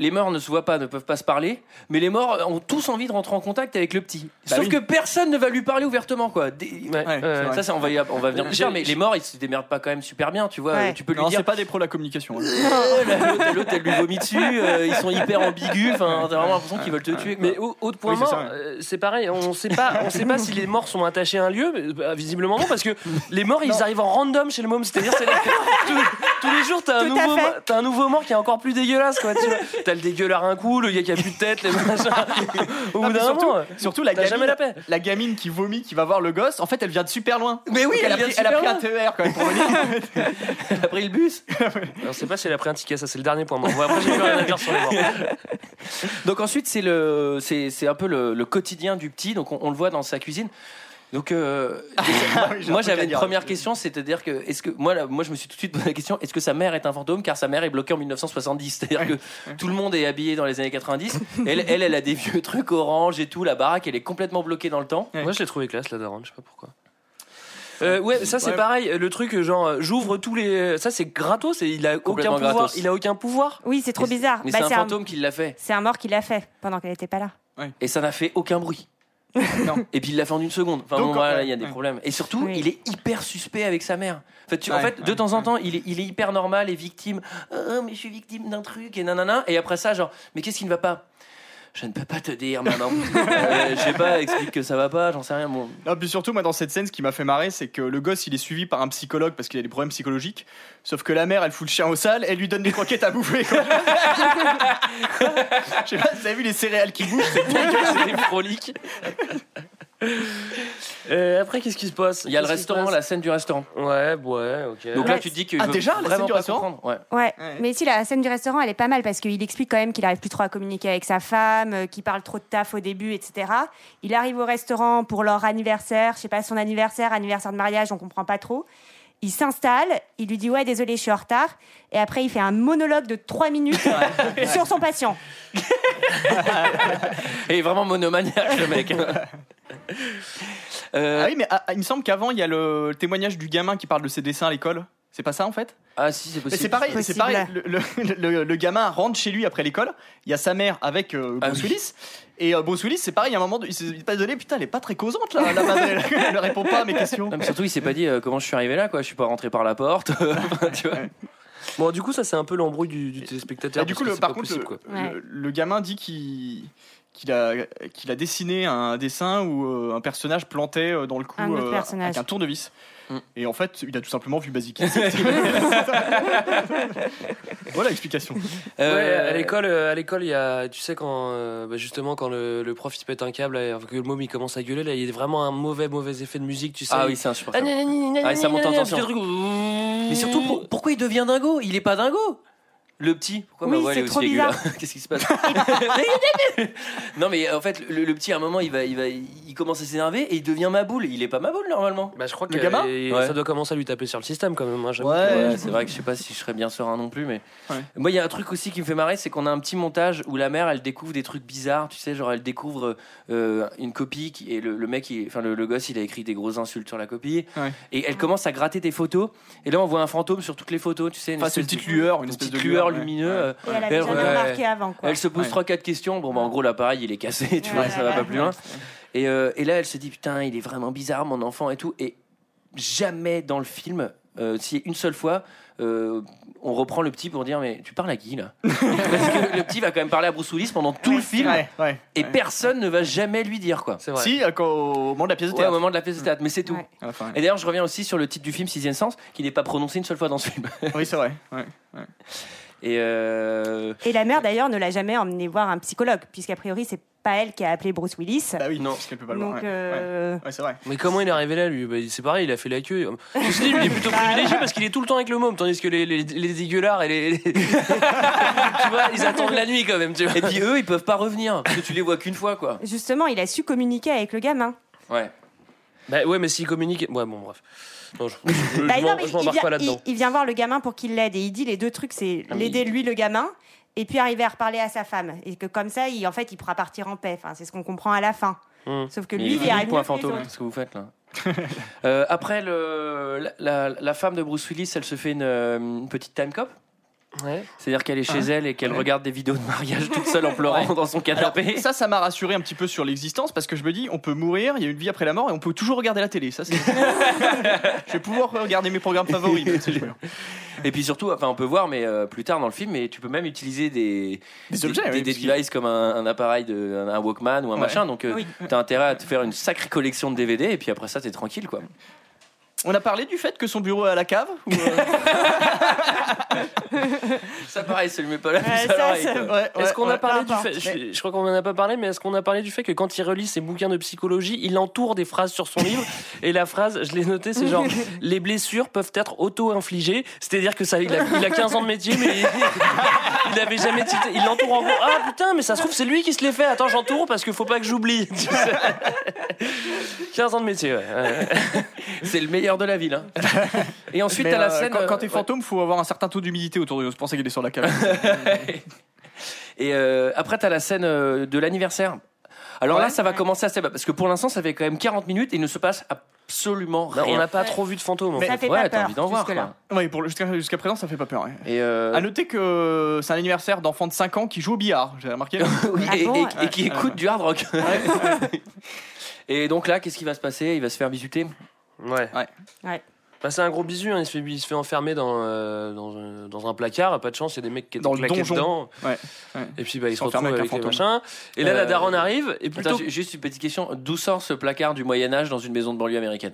Speaker 1: les morts ne se voient pas, ne peuvent pas se parler, mais les morts ont tous envie de rentrer en contact avec le petit.
Speaker 6: Bah
Speaker 1: Sauf
Speaker 6: oui.
Speaker 1: que personne ne va lui parler ouvertement, quoi. Des-
Speaker 7: Ouais,
Speaker 6: Ouais,
Speaker 7: euh,
Speaker 6: c'est vrai.
Speaker 1: Ça, ça, on va, y- on va venir plus
Speaker 7: J'ai-
Speaker 1: tard, mais les morts, ils se démerdent pas quand même super bien, tu vois.
Speaker 8: Ouais.
Speaker 1: Tu peux lui
Speaker 6: Non,
Speaker 1: dire,
Speaker 6: c'est pas des pros de la communication. hein.
Speaker 1: l'autre, l'autre, elle lui vomit dessus, euh, ils sont hyper ambigus, enfin, t'as vraiment l'impression qu'ils veulent te tuer. quoi.
Speaker 7: Mais au- autre point
Speaker 6: Oui, c'est
Speaker 7: mort,
Speaker 6: ça, ouais.
Speaker 7: euh, c'est pareil, on sait pas, on sait pas si les morts sont attachés à un lieu, mais, bah, visiblement non, parce que les morts ils arrivent en random chez le môme, c'est-à-dire c'est tous, tous les jours t'as un,
Speaker 8: Tout à
Speaker 7: nouveau
Speaker 8: fait.
Speaker 7: mo- t'as un nouveau mort qui est encore plus dégueulasse quoi. tu vois. T'as le dégueulard un coup, le gars qui a plus de tête, les machins. Au
Speaker 6: Non,
Speaker 7: bout
Speaker 6: mais
Speaker 7: d'un
Speaker 6: surtout,
Speaker 7: moment, euh,
Speaker 6: surtout la
Speaker 7: t'as
Speaker 6: gamine,
Speaker 7: jamais la paix.
Speaker 6: la gamine qui vomit, qui va voir le gosse, en fait elle vient de super loin.
Speaker 1: Mais oui,
Speaker 6: Donc, elle, a
Speaker 1: vient
Speaker 6: pris,
Speaker 1: de
Speaker 6: elle a
Speaker 1: super
Speaker 6: pris un
Speaker 1: loin.
Speaker 6: TER quand même pour venir.
Speaker 1: Elle a pris le bus.
Speaker 7: on sait pas si elle a pris un ticket, ça c'est le dernier point mort. Ouais, après j'ai plus rien à dire sur les morts.
Speaker 1: Donc ensuite, c'est le, c'est, c'est un peu le, le quotidien du petit. Donc on, on le voit dans sa cuisine. Donc euh,
Speaker 6: Ah oui, j'ai
Speaker 1: moi
Speaker 6: un truc à
Speaker 1: j'avais une
Speaker 6: dire.
Speaker 1: première question, c'est-à-dire que est-ce que moi là, moi je me suis tout de suite posé la question est-ce que sa mère est un fantôme car sa mère est bloquée en 1970, c'est-à-dire que tout le monde est habillé dans les années 90. Elle elle elle a des vieux trucs orange et tout, la baraque elle est complètement bloquée dans le temps.
Speaker 7: Moi, je l'ai trouvé classe, la daronne, je sais pas pourquoi. Euh, ouais, ça c'est
Speaker 6: Ouais.
Speaker 7: pareil, le truc euh, genre euh, j'ouvre tous les. Ça c'est gratos et il a aucun
Speaker 1: Complètement
Speaker 7: pouvoir.
Speaker 1: gratos.
Speaker 7: Il a aucun pouvoir.
Speaker 8: Oui, c'est trop
Speaker 1: Mais-
Speaker 8: bizarre.
Speaker 1: Mais
Speaker 8: Bah,
Speaker 1: c'est un fantôme qui l'a fait
Speaker 8: c'est un mort qui l'a fait pendant qu'elle n'était pas là.
Speaker 1: et ça n'a fait aucun bruit.
Speaker 6: Non.
Speaker 1: Et puis il l'a fait en une seconde. Enfin,
Speaker 6: Donc,
Speaker 1: bon, voilà,
Speaker 6: ouais,
Speaker 1: il y a des
Speaker 6: ouais.
Speaker 1: problèmes. Et surtout,
Speaker 8: Oui.
Speaker 1: il est hyper suspect avec sa mère. En fait, tu- en
Speaker 6: Ouais,
Speaker 1: fait de
Speaker 6: ouais,
Speaker 1: temps en temps, il est, il est hyper normal et victime. Ah, mais je suis victime d'un truc et nanana. Et après ça, genre, mais qu'est-ce qui ne va pas Je ne peux pas te dire, maman. Euh, je sais pas, explique que ça va pas, j'en sais rien. Bon.
Speaker 6: Non, puis surtout, moi, dans cette scène, ce qui m'a fait marrer, c'est que le gosse, il est suivi par un psychologue parce qu'il a des problèmes psychologiques. Sauf que la mère, elle fout le chien au sale, elle lui donne des croquettes à bouffer. quoi. Je sais pas si vous avez vu les céréales qui bougent. c'est-
Speaker 7: c'est frolique. Euh, après, qu'est-ce qui se passe
Speaker 1: Il y a le
Speaker 7: Qu'est-ce qui se
Speaker 1: restaurant,
Speaker 7: passe
Speaker 1: la scène du restaurant.
Speaker 7: Ouais, ouais, ok.
Speaker 1: Donc là,
Speaker 8: Ouais.
Speaker 1: tu te dis que.
Speaker 6: Ah,
Speaker 1: veut
Speaker 6: déjà, la scène
Speaker 1: vraiment
Speaker 6: du
Speaker 1: pas
Speaker 6: restaurant
Speaker 1: comprendre. Ouais.
Speaker 8: Ouais.
Speaker 6: Ouais.
Speaker 8: mais si la scène du restaurant, elle est pas mal parce qu'il explique quand même qu'il arrive plus trop à communiquer avec sa femme, euh, qu'il parle trop de taf au début, etc. Il arrive au restaurant pour leur anniversaire, je sais pas son anniversaire, anniversaire de mariage, on comprend pas trop. Il s'installe, il lui dit ouais désolé je suis en retard et après il fait un monologue de 3 minutes sur son patient.
Speaker 1: Et vraiment monomaniaque, le mec. Euh,
Speaker 6: Ah oui, mais ah, ah, il me semble qu'avant, il y a le, le témoignage du gamin qui parle de ses dessins à l'école. C'est pas ça en fait
Speaker 1: Ah, si, c'est
Speaker 6: Mais
Speaker 1: possible.
Speaker 6: c'est pareil, c'est
Speaker 8: Possible.
Speaker 6: pareil. Le, le- le- le gamin rentre chez lui après l'école. Il y a sa mère avec euh,
Speaker 1: Ah
Speaker 6: Bruce
Speaker 1: oui.
Speaker 6: Willis. Et euh, Bruce Willis, c'est pareil, à un moment, il s'est il s'est pas donné, putain, elle est pas très causante là, la madame, elle, elle répond pas à mes questions.
Speaker 1: Non, mais surtout, il s'est pas dit euh, comment je suis arrivé là, quoi. Je suis pas rentré par la porte. Enfin, tu vois.
Speaker 7: Bon, du coup, ça, c'est un peu l'embrouille du, du téléspectateur.
Speaker 6: Et du
Speaker 7: parce
Speaker 6: coup,
Speaker 7: que
Speaker 6: le,
Speaker 7: c'est
Speaker 6: par
Speaker 7: pas
Speaker 6: contre,
Speaker 7: possible,
Speaker 6: le,
Speaker 7: quoi.
Speaker 8: Ouais.
Speaker 6: le- le gamin dit qu'il qu'il a, qu'il a dessiné un dessin où euh, un personnage plantait euh, dans le cou
Speaker 8: Un autre
Speaker 6: euh,
Speaker 8: personnage.
Speaker 6: avec un tournevis.
Speaker 1: Mm.
Speaker 6: Et en fait, il a tout simplement vu Basic. voilà l'explication.
Speaker 1: Euh,
Speaker 7: Ouais, à l'école, euh, à l'école, il y a, tu sais quand, euh, bah, justement, quand le, le prof il se pète un câble, là, que le môme il commence à gueuler, là, il y a vraiment un mauvais, mauvais effet de musique, tu sais.
Speaker 1: Ah oui, c'est
Speaker 7: Ah,
Speaker 1: insupportable.
Speaker 7: gna, gna, gna, gna,
Speaker 1: Ah, ça
Speaker 7: gna,
Speaker 1: monte en
Speaker 7: gna, gna,
Speaker 1: tension.
Speaker 7: petit truc.
Speaker 1: Mais surtout, pour- pourquoi il devient dingo Il est pas dingo le petit, pourquoi
Speaker 8: Oui,
Speaker 1: ma voix, elle
Speaker 8: c'est
Speaker 1: est aussi
Speaker 8: trop
Speaker 1: aiguë, là Qu'est-ce qui se passe Non mais en fait, le, le petit à un moment, il va, il va, il commence à s'énerver et il devient ma boule. Il est pas ma boule normalement.
Speaker 7: Bah, je crois que
Speaker 6: Le gamin
Speaker 7: et-
Speaker 1: Ouais.
Speaker 7: ça doit commencer à lui taper sur le système quand même. hein, j'avoue.
Speaker 1: Ouais, c'est vrai que je sais pas si je serais bien serein non plus, mais
Speaker 6: Ouais.
Speaker 1: moi il y a un truc aussi qui me fait marrer, c'est qu'on a un petit montage où la mère elle découvre des trucs bizarres, tu sais, genre elle découvre euh, une copie qui- et le, le mec, il- enfin le, le gosse, il a écrit des grosses insultes sur la copie
Speaker 6: Ouais.
Speaker 1: et elle commence à gratter des photos et là on voit un fantôme sur toutes les photos, tu sais, une
Speaker 6: Enfin, c'est une
Speaker 1: espèce
Speaker 6: petite lueur,
Speaker 1: de-
Speaker 6: une
Speaker 1: une
Speaker 6: espèce
Speaker 1: petite
Speaker 6: de
Speaker 1: lueur
Speaker 6: lueur, ouais.
Speaker 1: lumineuse. euh,
Speaker 8: Et elle
Speaker 1: Ouais.
Speaker 8: avait jamais
Speaker 7: Ouais.
Speaker 8: remarqué avant quoi.
Speaker 1: Elle se pose
Speaker 6: Ouais.
Speaker 1: trois quatre questions. Bon bah en gros l'appareil il est cassé, tu vois,
Speaker 8: Ouais,
Speaker 1: ça va
Speaker 8: ouais,
Speaker 1: pas
Speaker 8: ouais.
Speaker 1: plus loin. Et, euh, et là elle se dit putain il est vraiment bizarre mon enfant et tout. Et jamais dans le film, euh, si une seule fois, euh, on reprend le petit pour dire mais tu parles à qui là Parce que le petit va quand même parler à Bruce Willis pendant tout le film
Speaker 6: Ouais, ouais.
Speaker 1: et personne ne va jamais lui dire quoi.
Speaker 7: C'est vrai.
Speaker 6: Si, euh, quand- au moment de la pièce de
Speaker 1: Ouais, au
Speaker 6: théâtre.
Speaker 1: moment de la pièce de théâtre, mais c'est tout.
Speaker 8: Ouais.
Speaker 6: À la fin, ouais.
Speaker 1: Et d'ailleurs, je reviens aussi sur le titre du film Sixième Sens, qui n'est pas prononcé une seule fois dans ce film.
Speaker 6: Oui, c'est vrai. ouais.
Speaker 1: Et euh,
Speaker 8: Et la mère d'ailleurs ne l'a jamais emmené voir un psychologue puisqu'a priori c'est pas elle qui a appelé Bruce Willis.
Speaker 6: Bah oui,
Speaker 1: Non.
Speaker 6: parce qu'elle peut pas le voir.
Speaker 8: Donc
Speaker 6: ouais, ouais.
Speaker 8: euh,
Speaker 6: Ouais, c'est vrai.
Speaker 7: Mais comment il est arrivé là, lui Bah, il- C'est pareil, il a fait la queue. Ceci dit, lui, il est plutôt privilégié parce qu'il est tout le temps avec le môme, tandis que les, les, les dégueulards et les. les- tu vois, ils attendent la nuit quand même, tu vois.
Speaker 1: et puis eux, ils peuvent pas revenir parce que tu les vois qu'une fois quoi.
Speaker 8: justement, il a su communiquer avec le gamin.
Speaker 1: Ouais.
Speaker 7: Bah ouais, mais s'il communique. Ouais, bon, bref. Non, je, je, je
Speaker 8: Bah, non,
Speaker 7: m'en-
Speaker 8: mais
Speaker 7: je
Speaker 8: il
Speaker 7: m'embarque
Speaker 8: vient-
Speaker 7: pas là-dedans.
Speaker 8: Il, il vient voir le gamin pour qu'il l'aide et il dit les deux trucs, c'est
Speaker 1: Ah, mais
Speaker 8: l'aider
Speaker 1: il-
Speaker 8: lui le gamin et puis arriver à reparler à sa femme et que comme ça, il en fait, il pourra partir en paix. Enfin, c'est ce qu'on comprend à la fin.
Speaker 7: Hmm.
Speaker 8: Sauf que
Speaker 1: Mais
Speaker 8: lui,
Speaker 1: il
Speaker 8: il
Speaker 1: est
Speaker 8: y a
Speaker 1: pour un fantôme, ce que vous faites là. Euh, après, le, la, la- la femme de Bruce Willis, elle se fait une, euh, une petite time cop.
Speaker 7: Ouais.
Speaker 1: C'est-à-dire qu'elle est chez elle et qu'elle regarde des vidéos de mariage toute seule en pleurant dans son canapé.
Speaker 6: Ça, ça m'a rassuré un petit peu sur l'existence parce que je me dis, on peut mourir, il y a une vie après la mort et on peut toujours regarder la télé. Ça, c'est- je vais pouvoir regarder mes programmes favoris. même si je meurs.
Speaker 1: Et puis surtout, enfin, on peut voir, mais euh, plus tard dans le film, mais tu peux même utiliser des,
Speaker 6: Des objets,
Speaker 1: des,
Speaker 6: oui,
Speaker 1: des
Speaker 6: parce que-
Speaker 1: devices comme un, un appareil, de, un, un Walkman ou un
Speaker 6: Ouais.
Speaker 1: machin. Donc, euh,
Speaker 8: Oui.
Speaker 1: t'as intérêt à te faire une sacrée collection de DVD et puis après ça, t'es tranquille, quoi.
Speaker 6: On a parlé du fait que son bureau est à la cave. ou, euh,
Speaker 1: Ça, pareil, ça lui met pas la
Speaker 8: Ouais,
Speaker 1: puce à
Speaker 8: ça,
Speaker 1: l'oreille,
Speaker 8: ça-
Speaker 1: quoi.
Speaker 6: ouais,
Speaker 7: Est-ce
Speaker 6: ouais,
Speaker 7: qu'on
Speaker 6: ouais.
Speaker 7: a parlé du
Speaker 8: peu
Speaker 7: fait je, je crois qu'on en a pas parlé, mais est-ce qu'on a parlé du fait que quand il relit ses bouquins de psychologie, il entoure des phrases sur son livre Et la phrase, je l'ai notée, c'est genre les blessures peuvent être auto-infligées, c'est-à-dire que ça, il a, il a 15 ans de métier, mais il, il avait jamais tilté. Il l'entoure en gros. Ah putain, mais ça se trouve c'est lui qui se l'est fait. Attends, j'entoure parce qu'il faut pas que j'oublie. Tu sais. 15 ans de métier. Ouais. ouais.
Speaker 1: C'est le meilleur de la ville. hein. Et ensuite,
Speaker 6: Mais,
Speaker 1: t'as la
Speaker 6: euh,
Speaker 1: scène.
Speaker 6: Quand, quand t'es
Speaker 1: euh, ouais.
Speaker 6: fantôme, faut avoir un certain taux d'humidité autour de nous. C'est pour ça qu'il est sur la cave.
Speaker 1: Et euh, après, t'as la scène euh, de l'anniversaire. Alors
Speaker 6: Ouais.
Speaker 1: là, ça va commencer à se débattre, parce que pour l'instant, ça fait quand même 40 minutes et il ne se passe absolument
Speaker 7: Bah,
Speaker 1: rien.
Speaker 7: on n'a pas trop vu de fantômes. en
Speaker 8: Ça
Speaker 7: fait.
Speaker 8: fait
Speaker 1: ouais,
Speaker 8: pas
Speaker 1: t'as
Speaker 8: peur.
Speaker 1: envie d'en voir.
Speaker 8: jusque-là.
Speaker 1: Quoi.
Speaker 6: Ouais, pour le- jusqu'à jusqu'à présent, ça fait pas peur. ouais.
Speaker 1: Et, euh,
Speaker 8: Ah,
Speaker 6: À noter que euh, c'est un anniversaire d'enfant de 5 ans qui joue au billard. J'ai remarqué.
Speaker 1: oui,
Speaker 8: Ah
Speaker 1: et,
Speaker 8: bon,
Speaker 1: et-
Speaker 8: ouais.
Speaker 1: et qui écoute du hard rock. et donc là, qu'est-ce qui va se passer Il va se faire bisuter.
Speaker 7: Ouais.
Speaker 6: Ouais.
Speaker 8: Ouais.
Speaker 7: Bah, c'est un gros bisu, hein. il, se fait, il se fait enfermer dans, euh, dans, un- dans un placard, pas de chance, il y a des mecs qui étaient
Speaker 6: Dans le
Speaker 7: claqués
Speaker 6: donjon.
Speaker 7: dedans.
Speaker 6: Ouais, ouais.
Speaker 7: Et puis bah, il
Speaker 6: Ils
Speaker 7: se
Speaker 6: sont
Speaker 7: retrouve
Speaker 6: enfermés
Speaker 7: avec,
Speaker 6: avec un
Speaker 7: les
Speaker 6: fantôme.
Speaker 7: machins. Et là,
Speaker 1: Euh,
Speaker 7: la daronne arrive, et plutôt.
Speaker 1: Attends, ju- juste une petite question. D'où sort ce placard du Moyen-Âge dans une maison de banlieue américaine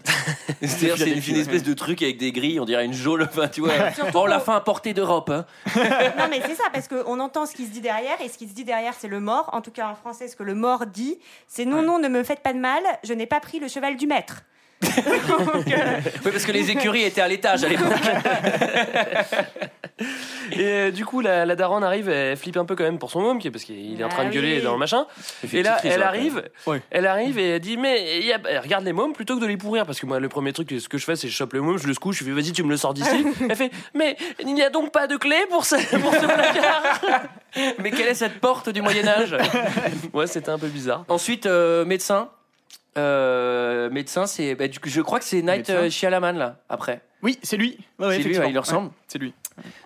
Speaker 1: C'est-à-dire, c'est une, une espèce de truc avec des grilles, on dirait une geôle. Enfin, tu vois. Bon, la fin importée d'Europe. hein.
Speaker 8: Non, mais c'est ça, parce qu'on entend ce qui se dit derrière, et ce qui se dit derrière, c'est le mort. En tout cas, en français, ce que le mort dit, c'est non, non, ne me faites pas de mal, je n'ai pas pris le cheval du maître. euh,
Speaker 1: Oui, parce que les écuries étaient à l'étage à l'époque.
Speaker 7: Et euh, du coup, la, la daronne arrive, elle flippe un peu quand même pour son môme, qui- parce qu'il est en train
Speaker 8: Ah
Speaker 7: de gueuler
Speaker 8: oui.
Speaker 7: dans le machin.
Speaker 1: fait
Speaker 7: Et là,
Speaker 1: une petite
Speaker 7: elle
Speaker 1: crise, hein,
Speaker 7: arrive,
Speaker 6: Ouais.
Speaker 7: elle arrive et elle dit mais il y a- elle regarde les mômes plutôt que de les pourrir parce que moi le premier truc que- ce que je fais c'est je chope le môme, je le secoue, je lui fais vas-y tu me le sors d'ici. elle fait mais il n'y a donc pas de clé pour ce, pour ce placard.
Speaker 1: Mais quelle est cette porte du Moyen Âge
Speaker 7: ouais c'était un peu bizarre.
Speaker 1: Ensuite, euh, médecin. Euh, médecin, c'est. bah, du coup, je crois que c'est Night
Speaker 6: Médecin.
Speaker 1: euh, Shyamalan, là, après.
Speaker 6: Oui, c'est lui. Ouais, ouais,
Speaker 1: c'est lui,
Speaker 6: effectivement.
Speaker 1: ouais, il lui ressemble.
Speaker 6: Ouais, Mhm. c'est lui.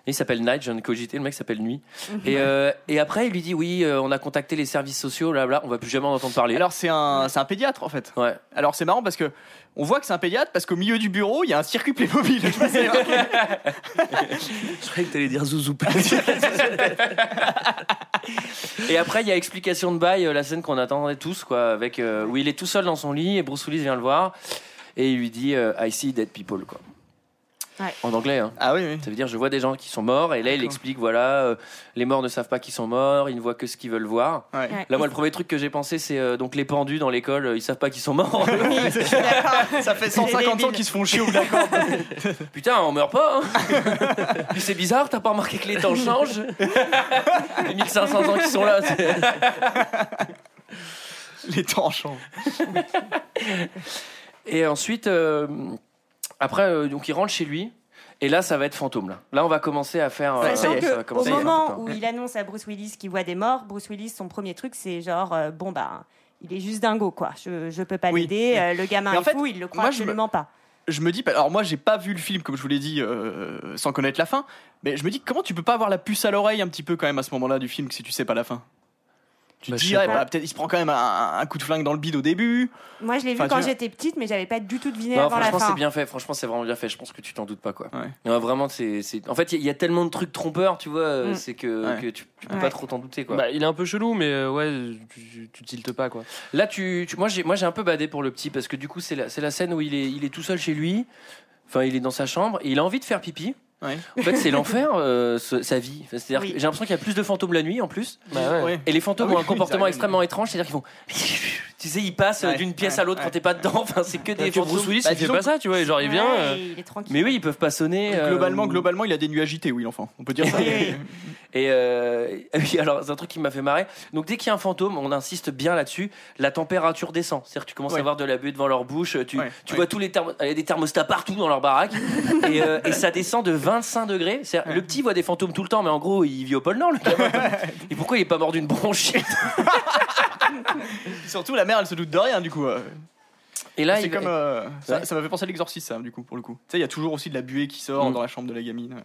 Speaker 1: Il s'appelle Night, je viens de cogiter, le mec s'appelle Nuit. Et, euh, et après, il lui dit Oui, euh, on a contacté les services sociaux, là, là, on va plus jamais en entendre parler.
Speaker 6: Alors c'est un, c'est un pédiatre en fait.
Speaker 1: ouais.
Speaker 6: Alors c'est marrant parce que on voit que c'est un pédiatre parce qu'au milieu du bureau il y a un circuit Playmobil. Je sais pas si c'est vrai.
Speaker 7: Je croyais que t'allais dire zouzou.
Speaker 1: Et après, il y a explication de bail, euh, la scène qu'on attendait tous, quoi, avec, euh, où il est tout seul dans son lit et Bruce Willis vient le voir et il lui dit euh, I see dead people, quoi.
Speaker 8: Ouais.
Speaker 1: En anglais, hein.
Speaker 6: ah oui, oui.
Speaker 1: Ça veut dire je vois des gens qui sont morts et là il
Speaker 6: D'accord.
Speaker 1: explique voilà euh, les morts ne savent pas qu'ils sont morts ils ne voient que ce qu'ils veulent voir.
Speaker 6: Ouais.
Speaker 8: Ouais.
Speaker 1: Là moi le premier truc que j'ai pensé c'est euh, donc les pendus dans l'école euh, ils savent pas qu'ils sont morts.
Speaker 6: Ça fait
Speaker 8: C'est
Speaker 6: 150
Speaker 8: débile.
Speaker 6: ans qu'ils se font chier au Blackboard.
Speaker 1: Putain on meurt pas. hein. Puis c'est bizarre t'as pas remarqué que les temps changent. les 1500 ans qui sont là. c'est-
Speaker 6: Les temps changent.
Speaker 1: Et ensuite euh, après euh, donc il rentre chez lui. Et là, ça va être fantôme. Là, là on va commencer à faire. euh,
Speaker 6: Ouais, ça y
Speaker 8: Sachant
Speaker 6: est,
Speaker 1: ça va
Speaker 8: que au
Speaker 1: commencer à faire
Speaker 8: moment
Speaker 1: peur.
Speaker 8: où il annonce à Bruce Willis qu'il voit des morts, Bruce Willis, son premier truc, c'est genre, euh, bon bah, il est juste dingo, quoi. Je, je peux pas
Speaker 6: Oui.
Speaker 8: l'aider. euh, le gamin
Speaker 6: Mais en
Speaker 8: est
Speaker 6: fait,
Speaker 8: fou, il le croit
Speaker 6: moi, je me-
Speaker 8: absolument pas.
Speaker 6: Je me dis, pas- alors moi j'ai pas vu le film comme je vous l'ai dit euh, sans connaître la fin, mais je me dis comment tu peux pas avoir la puce à l'oreille un petit peu quand même à ce moment-là du film si tu sais pas la fin. Tu
Speaker 7: Bah,
Speaker 6: te
Speaker 7: je sais
Speaker 6: dirais,
Speaker 7: pas.
Speaker 6: bah, peut-être il se prend quand même un, un coup de flingue dans le bide au début.
Speaker 8: Moi, je l'ai vu
Speaker 6: Enfin, tu
Speaker 8: quand
Speaker 6: vois.
Speaker 8: j'étais petite, mais j'avais pas du tout deviné
Speaker 1: Non,
Speaker 8: avant la
Speaker 1: franchement, c'est
Speaker 8: fin.
Speaker 1: bien fait. Franchement, c'est vraiment bien fait. Je pense que tu t'en doutes pas, quoi.
Speaker 6: Ouais.
Speaker 1: Non, vraiment, c'est, c'est- En fait, il y, a tellement de trucs trompeurs, tu vois, euh,
Speaker 8: Mm.
Speaker 1: c'est que,
Speaker 6: Ouais.
Speaker 1: que tu, tu peux
Speaker 8: Ouais.
Speaker 1: pas trop t'en douter, quoi.
Speaker 7: Bah, il est un peu chelou mais euh, ouais tu, tu tiltes pas quoi.
Speaker 1: Là, tu, tu- moi, j'ai, moi, j'ai un peu badé pour le petit parce que du coup, c'est la, c'est la scène où il est, il est tout seul chez lui. Enfin, il est dans sa chambre et il a envie de faire pipi.
Speaker 6: Ouais.
Speaker 1: En fait, c'est l'enfer, euh, ce- sa vie. Enfin, c'est-à-dire
Speaker 8: Oui.
Speaker 1: que j'ai l'impression qu'il y a plus de fantômes la nuit, en plus.
Speaker 7: Bah, ouais.
Speaker 1: Et les fantômes
Speaker 6: Ah oui,
Speaker 1: ont un
Speaker 6: oui,
Speaker 1: comportement
Speaker 6: ça arrive.
Speaker 1: extrêmement étrange, c'est-à-dire qu'ils vont. Tu sais, ils passent euh,
Speaker 6: Ouais,
Speaker 1: d'une pièce
Speaker 6: ouais,
Speaker 1: à l'autre quand
Speaker 6: ouais.
Speaker 1: t'es pas dedans. Enfin, c'est que des
Speaker 7: Et Bruce
Speaker 1: fantômes.
Speaker 7: Willis
Speaker 6: Bah,
Speaker 7: il fait
Speaker 6: disons
Speaker 7: pas
Speaker 6: que-
Speaker 7: ça tu vois genre il vient.
Speaker 8: Ouais,
Speaker 7: euh,
Speaker 8: il est tranquille.
Speaker 1: Mais oui, ils peuvent pas sonner. euh,
Speaker 6: Globalement, globalement, il a des nuagités, oui, l'enfant. On peut dire ça.
Speaker 8: Oui,
Speaker 1: Et euh, oui, alors c'est un truc qui m'a fait marrer. Donc dès qu'il y a un fantôme, on insiste bien là-dessus, la température descend. C'est-à-dire que tu commences à
Speaker 6: Ouais.
Speaker 1: voir de la buée devant leur bouche, tu,
Speaker 6: Ouais,
Speaker 1: tu
Speaker 6: ouais.
Speaker 1: vois tous les thermo- il y a des thermostats partout dans leur baraque, et, euh, et ça descend de 25 degrés. C'est-à-dire, Le petit voit des fantômes tout le temps, mais en gros il vit au pôle Nord. Le gamin. et pourquoi il est pas mort d'une bronchite
Speaker 6: Et Surtout, la mère, elle se doute de rien, du coup. euh.
Speaker 1: Et là,
Speaker 6: c'est
Speaker 1: il va-
Speaker 6: comme. euh, ça
Speaker 1: Ouais.
Speaker 6: ça m'a fait penser à l'exorciste, ça, du coup, pour le coup. Tu sais, il y a toujours aussi de la buée qui sort
Speaker 1: Mm.
Speaker 6: dans la chambre de la gamine. ouais.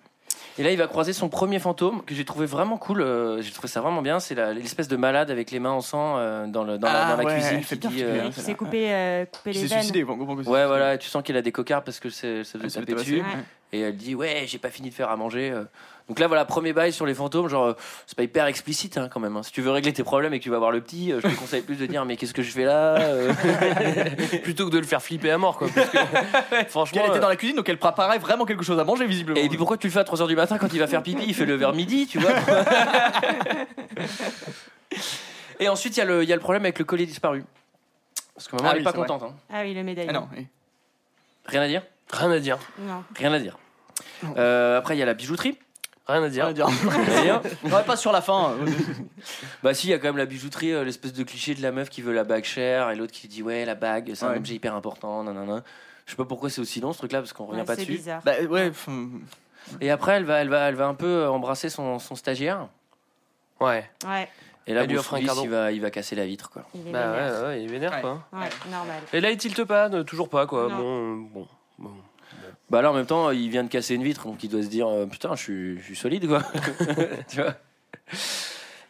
Speaker 1: Et là, il va croiser son premier fantôme que j'ai trouvé vraiment cool. euh, j'ai trouvé ça vraiment bien. C'est la- l'espèce de malade avec les mains en sang euh, dans, le- dans la,
Speaker 6: Ah,
Speaker 1: dans la
Speaker 6: ouais,
Speaker 1: cuisine.
Speaker 6: elle fait
Speaker 1: qui
Speaker 6: bien
Speaker 1: dit,
Speaker 6: flipper,
Speaker 1: euh,
Speaker 6: hein.
Speaker 8: Il s'est coupé, euh, coupé
Speaker 6: Qui
Speaker 8: les
Speaker 6: s'est
Speaker 8: veines.
Speaker 6: suicidé, on comprend que c'est
Speaker 1: Ouais,
Speaker 6: suicidé.
Speaker 1: voilà, et tu sens qu'elle a des cocards parce que c'est- ça devait
Speaker 6: Elle s'est
Speaker 1: taper
Speaker 6: fait
Speaker 1: dessus.
Speaker 6: passer.
Speaker 1: Et elle dit, ouais, j'ai pas fini de faire à manger. euh. Donc là, voilà, premier bail sur les fantômes. Genre, euh, c'est pas hyper explicite hein, quand même. hein. Si tu veux régler tes problèmes et que tu vas voir le petit, euh, je te conseille plus de dire, mais qu'est-ce que je fais là euh
Speaker 7: plutôt que de le faire flipper à mort quoi. parce que, franchement.
Speaker 6: Elle était dans la cuisine, donc elle préparait vraiment quelque chose à manger, visiblement.
Speaker 1: Et puis pourquoi tu le fais à 3h du matin quand il va faire pipi Il fait le vers midi, tu vois. et ensuite, il y, a le- il y a le problème avec le collier disparu. Parce que maman,
Speaker 6: Ah
Speaker 1: elle est
Speaker 6: oui,
Speaker 1: pas
Speaker 6: c'est vrai.
Speaker 1: contente. hein.
Speaker 8: Ah oui, le médaillon.
Speaker 6: Ah non, oui.
Speaker 1: Rien à dire
Speaker 7: euh, Rien à dire.
Speaker 8: Non.
Speaker 1: Rien à dire. Euh, après, il y a la bijouterie.
Speaker 7: Rien à dire.
Speaker 6: Rien à dire.
Speaker 1: D'ailleurs,
Speaker 6: Ouais, pas sur la fin. euh.
Speaker 1: Bah si, il y a quand même la bijouterie, euh, l'espèce de cliché de la meuf qui veut la bague chère et l'autre qui dit ouais la bague c'est un
Speaker 6: Ouais.
Speaker 1: objet hyper important, nanana. Je sais pas pourquoi c'est aussi long ce truc-là parce qu'on revient
Speaker 8: Ouais,
Speaker 1: pas
Speaker 8: c'est
Speaker 1: dessus.
Speaker 8: bizarre.
Speaker 6: Bah ouais, enfin,
Speaker 1: Et après elle va, elle va, elle va un peu euh, embrasser son, son stagiaire.
Speaker 7: Ouais.
Speaker 8: Ouais,
Speaker 1: Et là
Speaker 7: Elle lui
Speaker 1: Bruce
Speaker 7: offre un
Speaker 1: Willis,
Speaker 7: cardon.
Speaker 1: il va, il va casser la vitre quoi.
Speaker 8: il est
Speaker 7: Bah
Speaker 8: vénère.
Speaker 7: ouais, ouais, il est vénère
Speaker 6: Ouais.
Speaker 7: quoi.
Speaker 8: Ouais, normal.
Speaker 7: Et là, il tilte pas, euh, toujours pas, quoi.
Speaker 8: Non.
Speaker 7: Bon, euh, bon, bon.
Speaker 1: Bah là en même temps il vient de casser une vitre donc il doit se dire euh, putain je suis, je suis solide quoi. tu vois.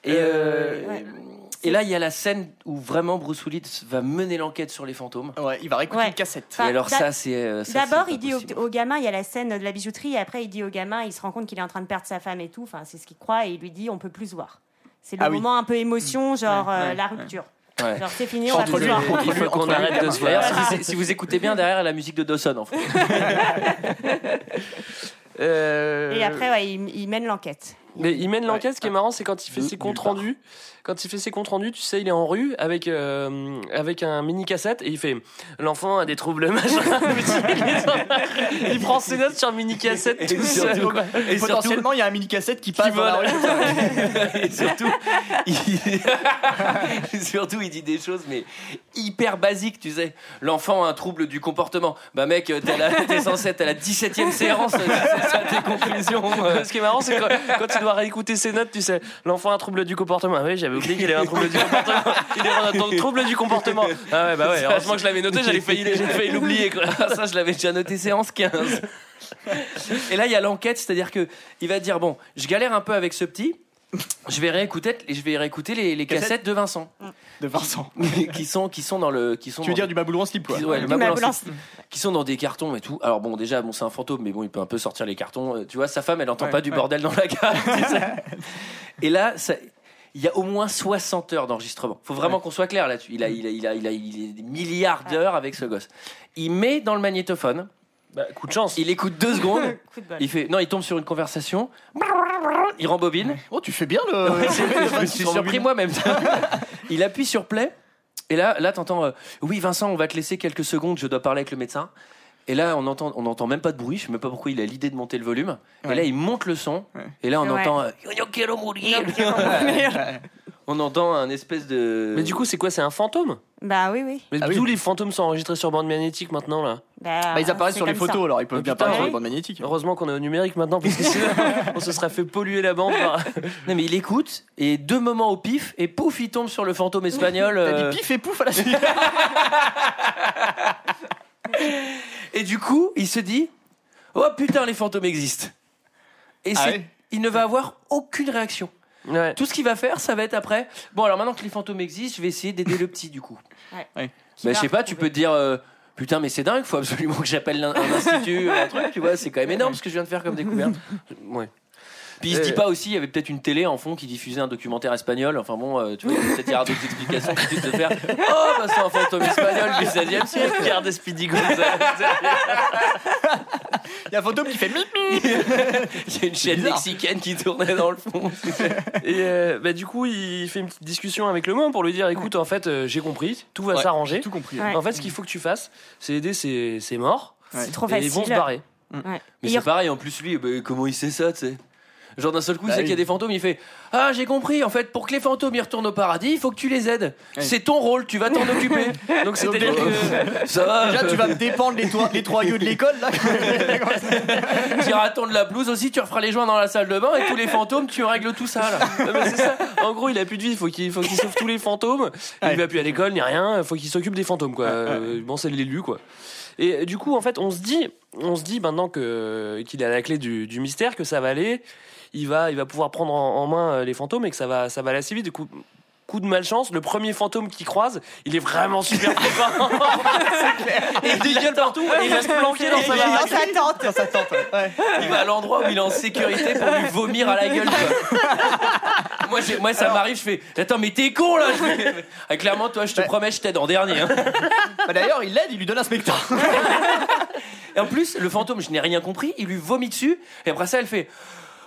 Speaker 1: Et, euh,
Speaker 8: Ouais.
Speaker 1: et là il y a la scène où vraiment Bruce Willis va mener l'enquête sur les fantômes.
Speaker 6: ouais, il va réécouter
Speaker 8: Ouais.
Speaker 6: une cassette.
Speaker 1: et
Speaker 8: Enfin,
Speaker 1: alors
Speaker 8: d'a-
Speaker 1: ça c'est. euh, ça, c'est
Speaker 8: D'abord,
Speaker 1: pas
Speaker 8: il dit au,
Speaker 1: possible.
Speaker 8: au gamin, il y a la scène de la bijouterie, et après, il dit au gamin, il se rend compte qu'il est en train de perdre sa femme et tout, enfin, c'est ce qu'il croit, et il lui dit, on peut plus se voir. C'est le
Speaker 6: Ah oui.
Speaker 8: moment un peu émotion, genre
Speaker 6: Ouais,
Speaker 8: euh,
Speaker 6: ouais,
Speaker 8: la rupture.
Speaker 1: Mmh. Ouais.
Speaker 8: Genre, c'est fini, on va
Speaker 1: Entre
Speaker 8: plus se
Speaker 1: lui
Speaker 8: voir.
Speaker 1: et-
Speaker 7: Il faut qu'on arrête de se
Speaker 1: D'ailleurs,
Speaker 7: faire.
Speaker 1: si vous, si vous écoutez bien derrière la musique de Dawson, en fait.
Speaker 8: Et après, ouais, il, il mène l'enquête.
Speaker 7: Mais il mène l'enquête.
Speaker 6: Ouais.
Speaker 7: Ce qui est marrant, c'est quand il fait
Speaker 6: Nulle
Speaker 7: ses comptes
Speaker 6: part.
Speaker 7: rendus. Quand il fait ses comptes rendus, tu sais, il est en rue avec euh, avec un mini cassette et il fait l'enfant a des troubles machin. il prend ses notes sur mini cassette tout seul.
Speaker 6: Donc,
Speaker 7: Et surtout-
Speaker 6: potentiellement, il y a un mini cassette qui passe dans la
Speaker 1: vole.
Speaker 6: rue.
Speaker 1: Et surtout, il... surtout, il dit des choses, mais hyper basiques, tu sais. L'enfant a un trouble du comportement. Bah, mec, t'es à la- t'es censé être à la 17 e séance, c'est ça tes conclusions. euh.
Speaker 7: Ce qui est marrant, c'est quand, quand tu dois réécouter ses notes, tu sais, l'enfant a un trouble du comportement. Ah oui, j'avais oublié qu'il avait un trouble du comportement. Il est dans un trouble du comportement. Ah ouais, bah ouais, heureusement que je l'avais noté, j'allais failli, j'ai failli l'oublier. quoi.
Speaker 1: ça, je l'avais déjà noté séance 15. Et là, il y a l'enquête, c'est-à-dire que il va dire bon, je galère un peu avec ce petit. Je vais réécouter, je vais réécouter les, les
Speaker 6: Cassettes.
Speaker 1: cassettes de Vincent
Speaker 6: De Vincent.
Speaker 1: qui sont qui sont dans le qui sont
Speaker 6: Tu veux
Speaker 1: dans
Speaker 6: dire du baboulon en slip, quoi.
Speaker 1: qui- ouais, le
Speaker 8: Du
Speaker 1: Babylon
Speaker 8: Babylon
Speaker 1: Six, qui sont dans des cartons et tout. Alors bon, déjà, bon, c'est un fantôme, mais bon, il peut un peu sortir les cartons. Euh, Tu vois, sa femme, elle entend
Speaker 6: Ouais,
Speaker 1: pas du
Speaker 6: ouais.
Speaker 1: bordel dans la cave. tu sais. et là, ça- Il y a au moins 60 heures d'enregistrement. Faut vraiment qu'on soit clair là-dessus. Il a, il a, il a, il a, il a des milliards d'heures avec ce gosse. Il met dans le magnétophone,
Speaker 7: Bah, coup de chance.
Speaker 1: il écoute deux secondes,
Speaker 8: Coup de bol.
Speaker 1: Oh. il fait non, il tombe sur une conversation, il rembobine.
Speaker 6: Oh, tu fais bien le.
Speaker 1: je me suis surpris moi-même. il appuie sur play et là, là, t'entends. euh, oui, Vincent, on va te laisser quelques secondes. Je dois parler avec le médecin. Et là, on entend, on entend même pas de bruit. Je sais même pas pourquoi il a l'idée de monter le volume. Et
Speaker 6: Ouais.
Speaker 1: là, il monte le son.
Speaker 6: Ouais.
Speaker 1: Et là, on
Speaker 8: Ouais.
Speaker 1: entend. euh, on entend un espèce de.
Speaker 7: Mais du coup, c'est quoi C'est un fantôme
Speaker 8: Bah oui, oui.
Speaker 7: Mais
Speaker 6: Ah oui.
Speaker 7: d'où les fantômes sont enregistrés sur bande magnétique maintenant là
Speaker 8: Bah,
Speaker 6: Bah, ils apparaissent
Speaker 8: c'est
Speaker 6: sur les
Speaker 8: comme ça.
Speaker 6: photos, alors ils
Speaker 1: Oh,
Speaker 6: peuvent
Speaker 7: Ah, putain,
Speaker 6: bien apparaître sur
Speaker 8: ouais.
Speaker 6: les bandes magnétiques.
Speaker 7: Heureusement qu'on est au numérique maintenant parce que sinon on se serait fait polluer la bande. par-
Speaker 1: non, mais il écoute et deux moments au pif et pouf, il tombe sur le fantôme espagnol.
Speaker 6: T'as
Speaker 1: euh,
Speaker 6: dit pif et pouf à la suite.
Speaker 1: Et du coup, il se dit Oh putain, les fantômes existent. Et
Speaker 6: Ah
Speaker 1: c'est-
Speaker 6: ouais
Speaker 1: il ne va avoir aucune réaction.
Speaker 7: Ouais.
Speaker 1: Tout ce qu'il va faire, ça va être après. Bon, alors maintenant que les fantômes existent, je vais essayer d'aider le petit du coup.
Speaker 8: Ouais.
Speaker 6: Ouais.
Speaker 1: Bah, je
Speaker 8: va
Speaker 1: sais pas, tu peux
Speaker 8: retrouver.
Speaker 1: te dire. euh, Putain, mais c'est dingue, faut absolument que j'appelle un, un institut, un truc, tu vois, c'est quand même énorme ce que je viens de faire comme découverte.
Speaker 7: Ouais.
Speaker 1: Puis il se dit pas aussi, il y avait peut-être une télé en fond qui diffusait un documentaire espagnol, enfin bon, euh, tu vois, peut-être il y aura d'autres explications qui puissent te faire. Oh, bah c'est un fantôme espagnol du 16e siècle.
Speaker 7: Regardez Speedy Gonzales.
Speaker 6: Il y a un fantôme qui fait mip mip.
Speaker 1: Il y a une chaîne
Speaker 6: bizarre.
Speaker 1: mexicaine qui tournait dans le fond.
Speaker 7: Et euh, bah, du coup, il fait une petite discussion avec le monde pour lui dire écoute, en fait, euh, j'ai compris, tout va
Speaker 6: Ouais.
Speaker 7: s'arranger.
Speaker 6: Tout compris.
Speaker 8: Ouais.
Speaker 7: En fait, ce qu'il faut que tu fasses, c'est aider ces, ces morts.
Speaker 8: C'est trop
Speaker 7: et
Speaker 8: facile.
Speaker 7: ils vont se barrer.
Speaker 8: Ouais.
Speaker 1: Mais
Speaker 8: Il
Speaker 1: c'est
Speaker 8: re-
Speaker 1: pareil, en plus, lui, bah, comment il sait ça, tu sais Genre d'un seul coup, il
Speaker 6: Bah
Speaker 1: sait qu'il y a
Speaker 6: oui.
Speaker 1: des fantômes, il fait Ah, j'ai compris, en fait, pour que les fantômes ils retournent au paradis, il faut que tu les aides.
Speaker 6: Oui.
Speaker 1: C'est ton rôle, tu vas t'en occuper.
Speaker 7: Donc, c'est-à-dire
Speaker 6: Donc,
Speaker 7: que.
Speaker 1: Ça va,
Speaker 6: Déjà, tu
Speaker 1: euh,
Speaker 6: vas me dépendre les, toi- les trois yeux de l'école, là.
Speaker 1: tu iras tondre la blouse aussi, tu referas les joints dans la salle de bain et tous les fantômes, tu règles tout ça là.
Speaker 7: Non, mais c'est ça. En gros, il a plus de vie. Faut il faut qu'il sauve tous les fantômes.
Speaker 6: Ouais.
Speaker 7: Il va plus à l'école, ni rien. Faut qu'il s'occupe des fantômes, quoi. Euh, Bon, c'est l'élu, quoi. Et euh, du coup, en fait, on se dit, on se dit maintenant que qu'il a la clé du, du mystère, que ça va aller. Il va, il va pouvoir prendre en, en main euh, les fantômes et que ça va, ça va aller assez vite. Du coup, coup de malchance, le premier fantôme qu'il croise, il est vraiment super flippant. Et il dégueule partout. et il va se planquer dans sa
Speaker 8: Il est
Speaker 7: baraque.
Speaker 8: dans sa tente.
Speaker 6: Dans sa tente, ouais. Ouais.
Speaker 1: Il va à l'endroit où il est en sécurité pour lui vomir à la gueule. quoi. Moi, j'ai- moi, ça m'arrive, je fais Attends, mais t'es con là je fais- Ah, Clairement, toi, je te promets, je t'aide en dernier. hein.
Speaker 6: Bah, D'ailleurs, il l'aide, il lui donne un spectacle.
Speaker 1: Et en plus, le fantôme, je n'ai rien compris, il lui vomit dessus, et après ça, elle fait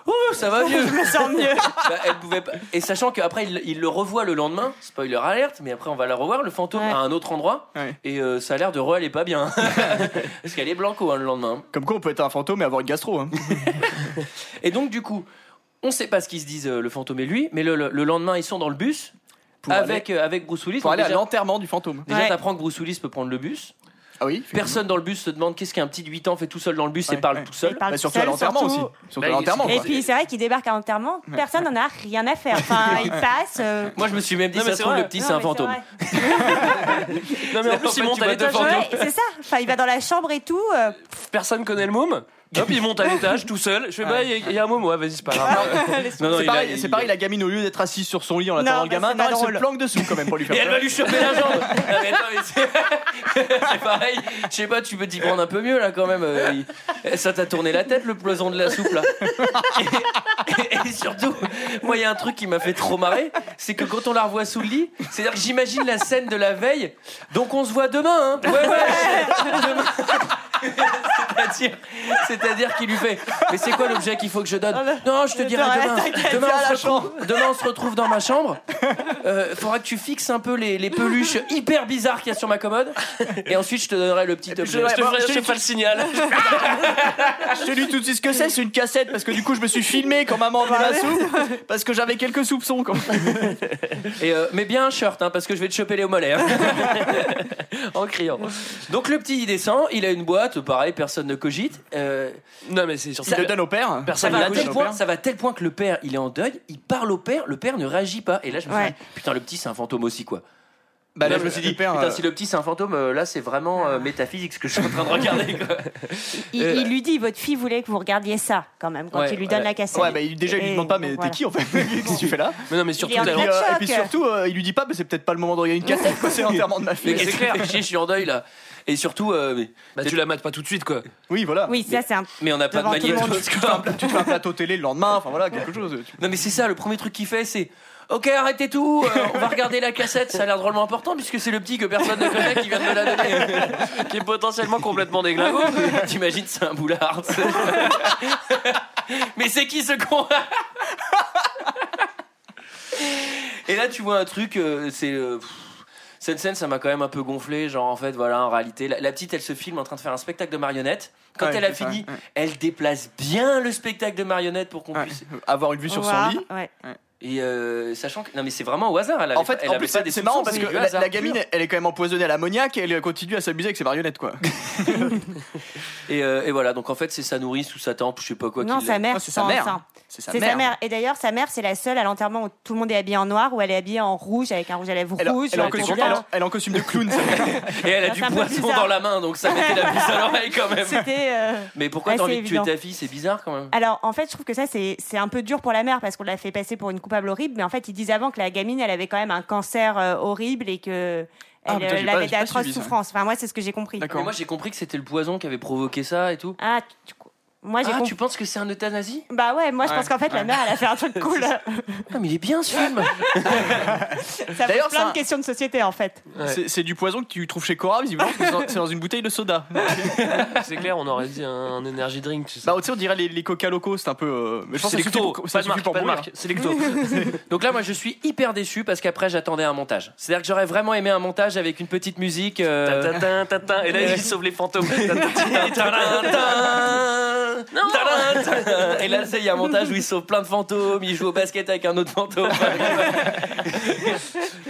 Speaker 1: Oh, ça va mieux! Bah, elle pouvait pas- Et sachant qu'après, il, il le revoit le lendemain, spoiler alerte, mais après, on va la revoir, le fantôme,
Speaker 8: Ouais.
Speaker 1: à un autre endroit,
Speaker 6: Ouais.
Speaker 1: et euh, ça a l'air de re, elle est pas bien. Parce qu'elle est blanco hein, le lendemain.
Speaker 6: Comme quoi, on peut être un fantôme et avoir une gastro. Hein.
Speaker 1: Et donc, du coup, on sait pas ce qu'ils se disent, euh, le fantôme et lui, mais le, le- le lendemain, ils sont dans le bus,
Speaker 6: Pour
Speaker 1: avec, euh, avec Bruce Willis.
Speaker 6: Pour
Speaker 1: Donc
Speaker 6: aller à
Speaker 1: déjà,
Speaker 6: l'enterrement du fantôme.
Speaker 1: déjà
Speaker 8: Ouais.
Speaker 1: t'apprends que Bruce Willis peut prendre le bus.
Speaker 6: Ah oui
Speaker 1: Personne dans le bus se demande qu'est-ce qu'un petit de 8 ans fait tout seul dans le bus et
Speaker 6: Ouais,
Speaker 1: parle
Speaker 6: ouais.
Speaker 1: tout
Speaker 8: Il
Speaker 1: seul.
Speaker 8: parle
Speaker 6: Bah, surtout
Speaker 8: seul,
Speaker 6: à l'enterrement aussi.
Speaker 8: surtout.
Speaker 6: Surtout
Speaker 1: Bah,
Speaker 6: à
Speaker 1: il-
Speaker 6: l'enterrement.
Speaker 8: Et
Speaker 6: quoi.
Speaker 8: puis c'est vrai qu'il débarque à l'enterrement, personne n'en a rien à faire. Enfin, il passe. euh,
Speaker 1: Moi, je me suis même dit,
Speaker 7: Non, mais
Speaker 1: ça se
Speaker 7: c'est
Speaker 1: trouve,
Speaker 7: vrai.
Speaker 1: le petit,
Speaker 8: non,
Speaker 1: c'est un
Speaker 8: mais
Speaker 1: fantôme.
Speaker 8: vrai.
Speaker 7: Non, mais en plus,
Speaker 1: En fait,
Speaker 7: il monte
Speaker 1: tu
Speaker 7: à
Speaker 1: vois deux
Speaker 7: l'étage.
Speaker 1: fantômes.
Speaker 8: Ouais, c'est ça. Enfin, il va dans la chambre et tout. euh,
Speaker 7: Personne connaît le môme. Hop, il monte à l'étage tout seul. Je fais, bah, il y a- il y, a un môme. Ouais, vas-y, c'est pas grave.
Speaker 1: Non, non,
Speaker 6: C'est
Speaker 1: il a-
Speaker 6: pareil,
Speaker 1: il-
Speaker 6: c'est pareil, la gamine, au lieu d'être assise sur son lit en attendant
Speaker 8: Non,
Speaker 6: le
Speaker 8: bah,
Speaker 6: gamin,
Speaker 8: c'est
Speaker 6: non,
Speaker 8: pas
Speaker 6: elle se
Speaker 8: drôle.
Speaker 6: planque dessous quand même pour lui
Speaker 1: Et
Speaker 6: faire
Speaker 1: elle
Speaker 6: peur.
Speaker 1: va lui choper la jambe. Ah, mais attends, mais c'est c'est pareil. Je sais pas, tu peux t'y prendre un peu mieux là quand même. Euh, il- eh, Ça t'a tourné la tête le poison de la soupe là. Et, et- et surtout, moi il y a un truc qui m'a fait trop marrer, c'est que quand on la revoit sous le lit, c'est-à-dire que j'imagine la scène de la veille. Donc on se voit demain. Hein. Ouais ouais. Demain. C'est-à-dire, c'est-à-dire qu'il lui fait. Mais c'est quoi l'objet qu'il faut que je donne
Speaker 8: Ah bah,
Speaker 1: Non, je te
Speaker 8: je
Speaker 1: dirai
Speaker 8: te
Speaker 1: demain.
Speaker 8: reste, t'inquiète,
Speaker 1: Demain
Speaker 8: viens à
Speaker 1: on,
Speaker 8: la
Speaker 1: se retrouve, demain, on se retrouve dans ma chambre. Euh, faudra que tu fixes un peu les, les peluches hyper bizarres qu'il y a sur ma commode. Et ensuite, je te donnerai le petit
Speaker 7: Je,
Speaker 1: objet.
Speaker 7: je te ferai- je te ferai le signal.
Speaker 6: Je te dis tout de suite ce que c'est, c'est une cassette parce que du coup je me suis filmé quand maman avait la soupe parce que j'avais quelques soupçons. Quand même.
Speaker 1: Et, euh, mais bien un shirt, hein, parce que je vais te choper les au mollet. hein.
Speaker 7: en criant.
Speaker 1: Donc le petit, il descend, il a une boîte, pareil, personne ne cogite. Euh,
Speaker 7: Non, mais c'est surtout.
Speaker 6: Il le donne au père.
Speaker 1: ça,
Speaker 7: Personne
Speaker 1: va
Speaker 7: ne
Speaker 1: à tel
Speaker 7: cogite.
Speaker 1: point, ça va à tel point que le père, il est en deuil, il parle au père, le père ne réagit pas. Et là, je me
Speaker 8: Ouais.
Speaker 1: suis dit, putain, le petit, c'est un fantôme aussi, quoi.
Speaker 6: Bah
Speaker 1: Ah, là, je me suis dit, putain, si le petit, c'est un fantôme, euh, là, c'est vraiment euh, métaphysique ce que je suis en train de regarder, quoi.
Speaker 8: Il,
Speaker 1: Euh,
Speaker 8: il lui dit votre fille voulait que vous regardiez ça quand même quand
Speaker 1: Ouais,
Speaker 8: il lui donne
Speaker 1: ouais.
Speaker 8: la cassette.
Speaker 6: Ouais, bah il- déjà il lui
Speaker 8: Et
Speaker 6: demande pas,
Speaker 8: donc,
Speaker 6: mais
Speaker 8: voilà.
Speaker 6: t'es qui en fait Qu'est-ce que tu fais là
Speaker 7: Mais non, mais surtout,
Speaker 8: Il est en
Speaker 7: t'as-
Speaker 6: et, puis, euh,
Speaker 8: Choc.
Speaker 6: et puis surtout, euh, il lui dit pas, mais c'est peut-être pas le moment de regarder une cassette, quoi, c'est l'enterrement de ma
Speaker 1: Mais
Speaker 6: fille.
Speaker 1: c'est clair, je suis en deuil, là. Et surtout, euh, mais,
Speaker 7: bah, tu la mates pas tout de suite, quoi.
Speaker 6: Oui, voilà.
Speaker 8: Oui, ça c'est un.
Speaker 1: mais on n'a pas de
Speaker 8: Devant tout le
Speaker 1: magnéto.
Speaker 8: monde.
Speaker 1: quoi.
Speaker 6: Tu te fais un plateau télé le lendemain, enfin voilà, quelque chose. Tu-
Speaker 1: Non mais c'est ça, le premier truc qu'il fait c'est Ok arrêtez tout, euh, on va regarder la cassette, ça a l'air drôlement important puisque c'est le petit que personne ne connaît qui vient de me la donner, qui est potentiellement complètement déglingo. T'imagines c'est un boulard. tu sais. mais c'est qui ce con Et là tu vois un truc, euh, c'est... euh, pff, cette scène, ça m'a quand même un peu gonflé. Genre, en fait, voilà, en réalité, la, la petite, elle se filme en train de faire un spectacle de marionnettes. Quand
Speaker 6: Ouais,
Speaker 1: elle a
Speaker 6: c'est ça,
Speaker 1: fini,
Speaker 6: ouais.
Speaker 1: elle déplace bien le spectacle de marionnettes pour qu'on
Speaker 6: Ouais.
Speaker 1: puisse
Speaker 6: Avoir une vue sur son
Speaker 8: voir,
Speaker 6: lit.
Speaker 8: ouais.
Speaker 1: et euh, sachant que non mais c'est vraiment au hasard. Elle avait
Speaker 6: En fait,
Speaker 1: pas- elle
Speaker 6: en
Speaker 1: avait
Speaker 6: plus,
Speaker 1: pas
Speaker 6: c'est
Speaker 1: des
Speaker 6: c'est marrant
Speaker 1: soupçons,
Speaker 6: parce
Speaker 1: c'est
Speaker 6: que
Speaker 1: du
Speaker 6: la,
Speaker 1: hasard
Speaker 6: la gamine,
Speaker 1: pur.
Speaker 6: elle est quand même empoisonnée à l'ammoniaque et elle euh, continue à s'amuser avec ses marionnettes, quoi.
Speaker 1: Et, euh, et voilà, donc en fait c'est sa nourrice ou sa tante, je sais pas quoi.
Speaker 8: Non,
Speaker 1: qui
Speaker 8: sa
Speaker 1: l'a-
Speaker 8: mère.
Speaker 6: Ah, c'est sa
Speaker 8: sans-
Speaker 6: mère.
Speaker 8: sans-
Speaker 6: sa
Speaker 8: C'est sa mère. Et d'ailleurs, sa mère, c'est la seule à l'enterrement où tout le monde est habillé en noir ou elle est habillée en rouge avec un rouge à lèvres
Speaker 6: Elle,
Speaker 8: rouge. euh,
Speaker 6: elle est en
Speaker 8: genre,
Speaker 6: costume,
Speaker 8: bien.
Speaker 6: elle est en- elle est en costume de clown, ça.
Speaker 1: Et elle a
Speaker 8: Ah,
Speaker 1: du
Speaker 8: c'est un peu
Speaker 1: poisson
Speaker 8: bizarre.
Speaker 1: dans la main, donc ça mettait la puce à l'oreille quand même.
Speaker 8: C'était. euh,
Speaker 1: Mais pourquoi
Speaker 8: Ouais,
Speaker 1: t'as
Speaker 8: c'est
Speaker 1: envie de tuer
Speaker 8: évident.
Speaker 1: ta fille C'est bizarre quand même.
Speaker 8: Alors, en fait, je trouve que ça, c'est c'est un peu dur pour la mère parce qu'on l'a fait passer pour une coupable horrible. Mais en fait, ils disent avant que la gamine, elle avait quand même un cancer euh, horrible et que
Speaker 6: Ah,
Speaker 8: elle,
Speaker 6: putain, j'ai
Speaker 8: euh,
Speaker 6: pas-
Speaker 8: avait
Speaker 6: j'ai pas
Speaker 8: d'atroces
Speaker 6: suivi ça.
Speaker 8: souffrances. Enfin, moi, c'est ce que j'ai compris.
Speaker 1: Mais moi j'ai compris que c'était le poison qui avait provoqué ça et tout.
Speaker 8: Ah, tu- tu- moi, j'ai
Speaker 1: Ah,
Speaker 8: compris.
Speaker 1: tu penses que c'est un euthanasie
Speaker 8: Bah ouais, moi, je
Speaker 6: Ouais,
Speaker 8: pense qu'en fait, la
Speaker 6: ouais.
Speaker 8: mère, elle a fait un truc cool.
Speaker 1: Ah, mais il est bien ce film
Speaker 8: ça pose
Speaker 6: D'ailleurs,
Speaker 8: plein
Speaker 6: ça-
Speaker 8: de questions de société, en fait.
Speaker 6: C'est c'est du poison que tu trouves chez Cora, visiblement, parce que c'est dans- c'est dans une bouteille de soda.
Speaker 7: C'est clair, on aurait dit un, un energy drink, tu sais.
Speaker 6: Bah, tu sais, on dirait les, les coca locaux, c'est un peu. euh, mais je pense que ça suffit
Speaker 7: Selecto,
Speaker 6: pour, ça
Speaker 7: pas de
Speaker 6: suffit
Speaker 7: marque,
Speaker 6: pour
Speaker 7: pas de
Speaker 6: mourir.
Speaker 7: marque, Selecto.
Speaker 1: Donc là, moi, je suis hyper déçu parce qu'après, j'attendais un montage. C'est-à-dire que j'aurais vraiment aimé un montage avec une petite musique. euh,
Speaker 7: Tatin, tatin, et là il sauve les fantômes. Tatin, tatin, tatin, tatin. Tatin, tatin.
Speaker 1: Et là, tu sais, il y a un montage où ils sauvent plein de fantômes, ils jouent au basket avec un autre fantôme.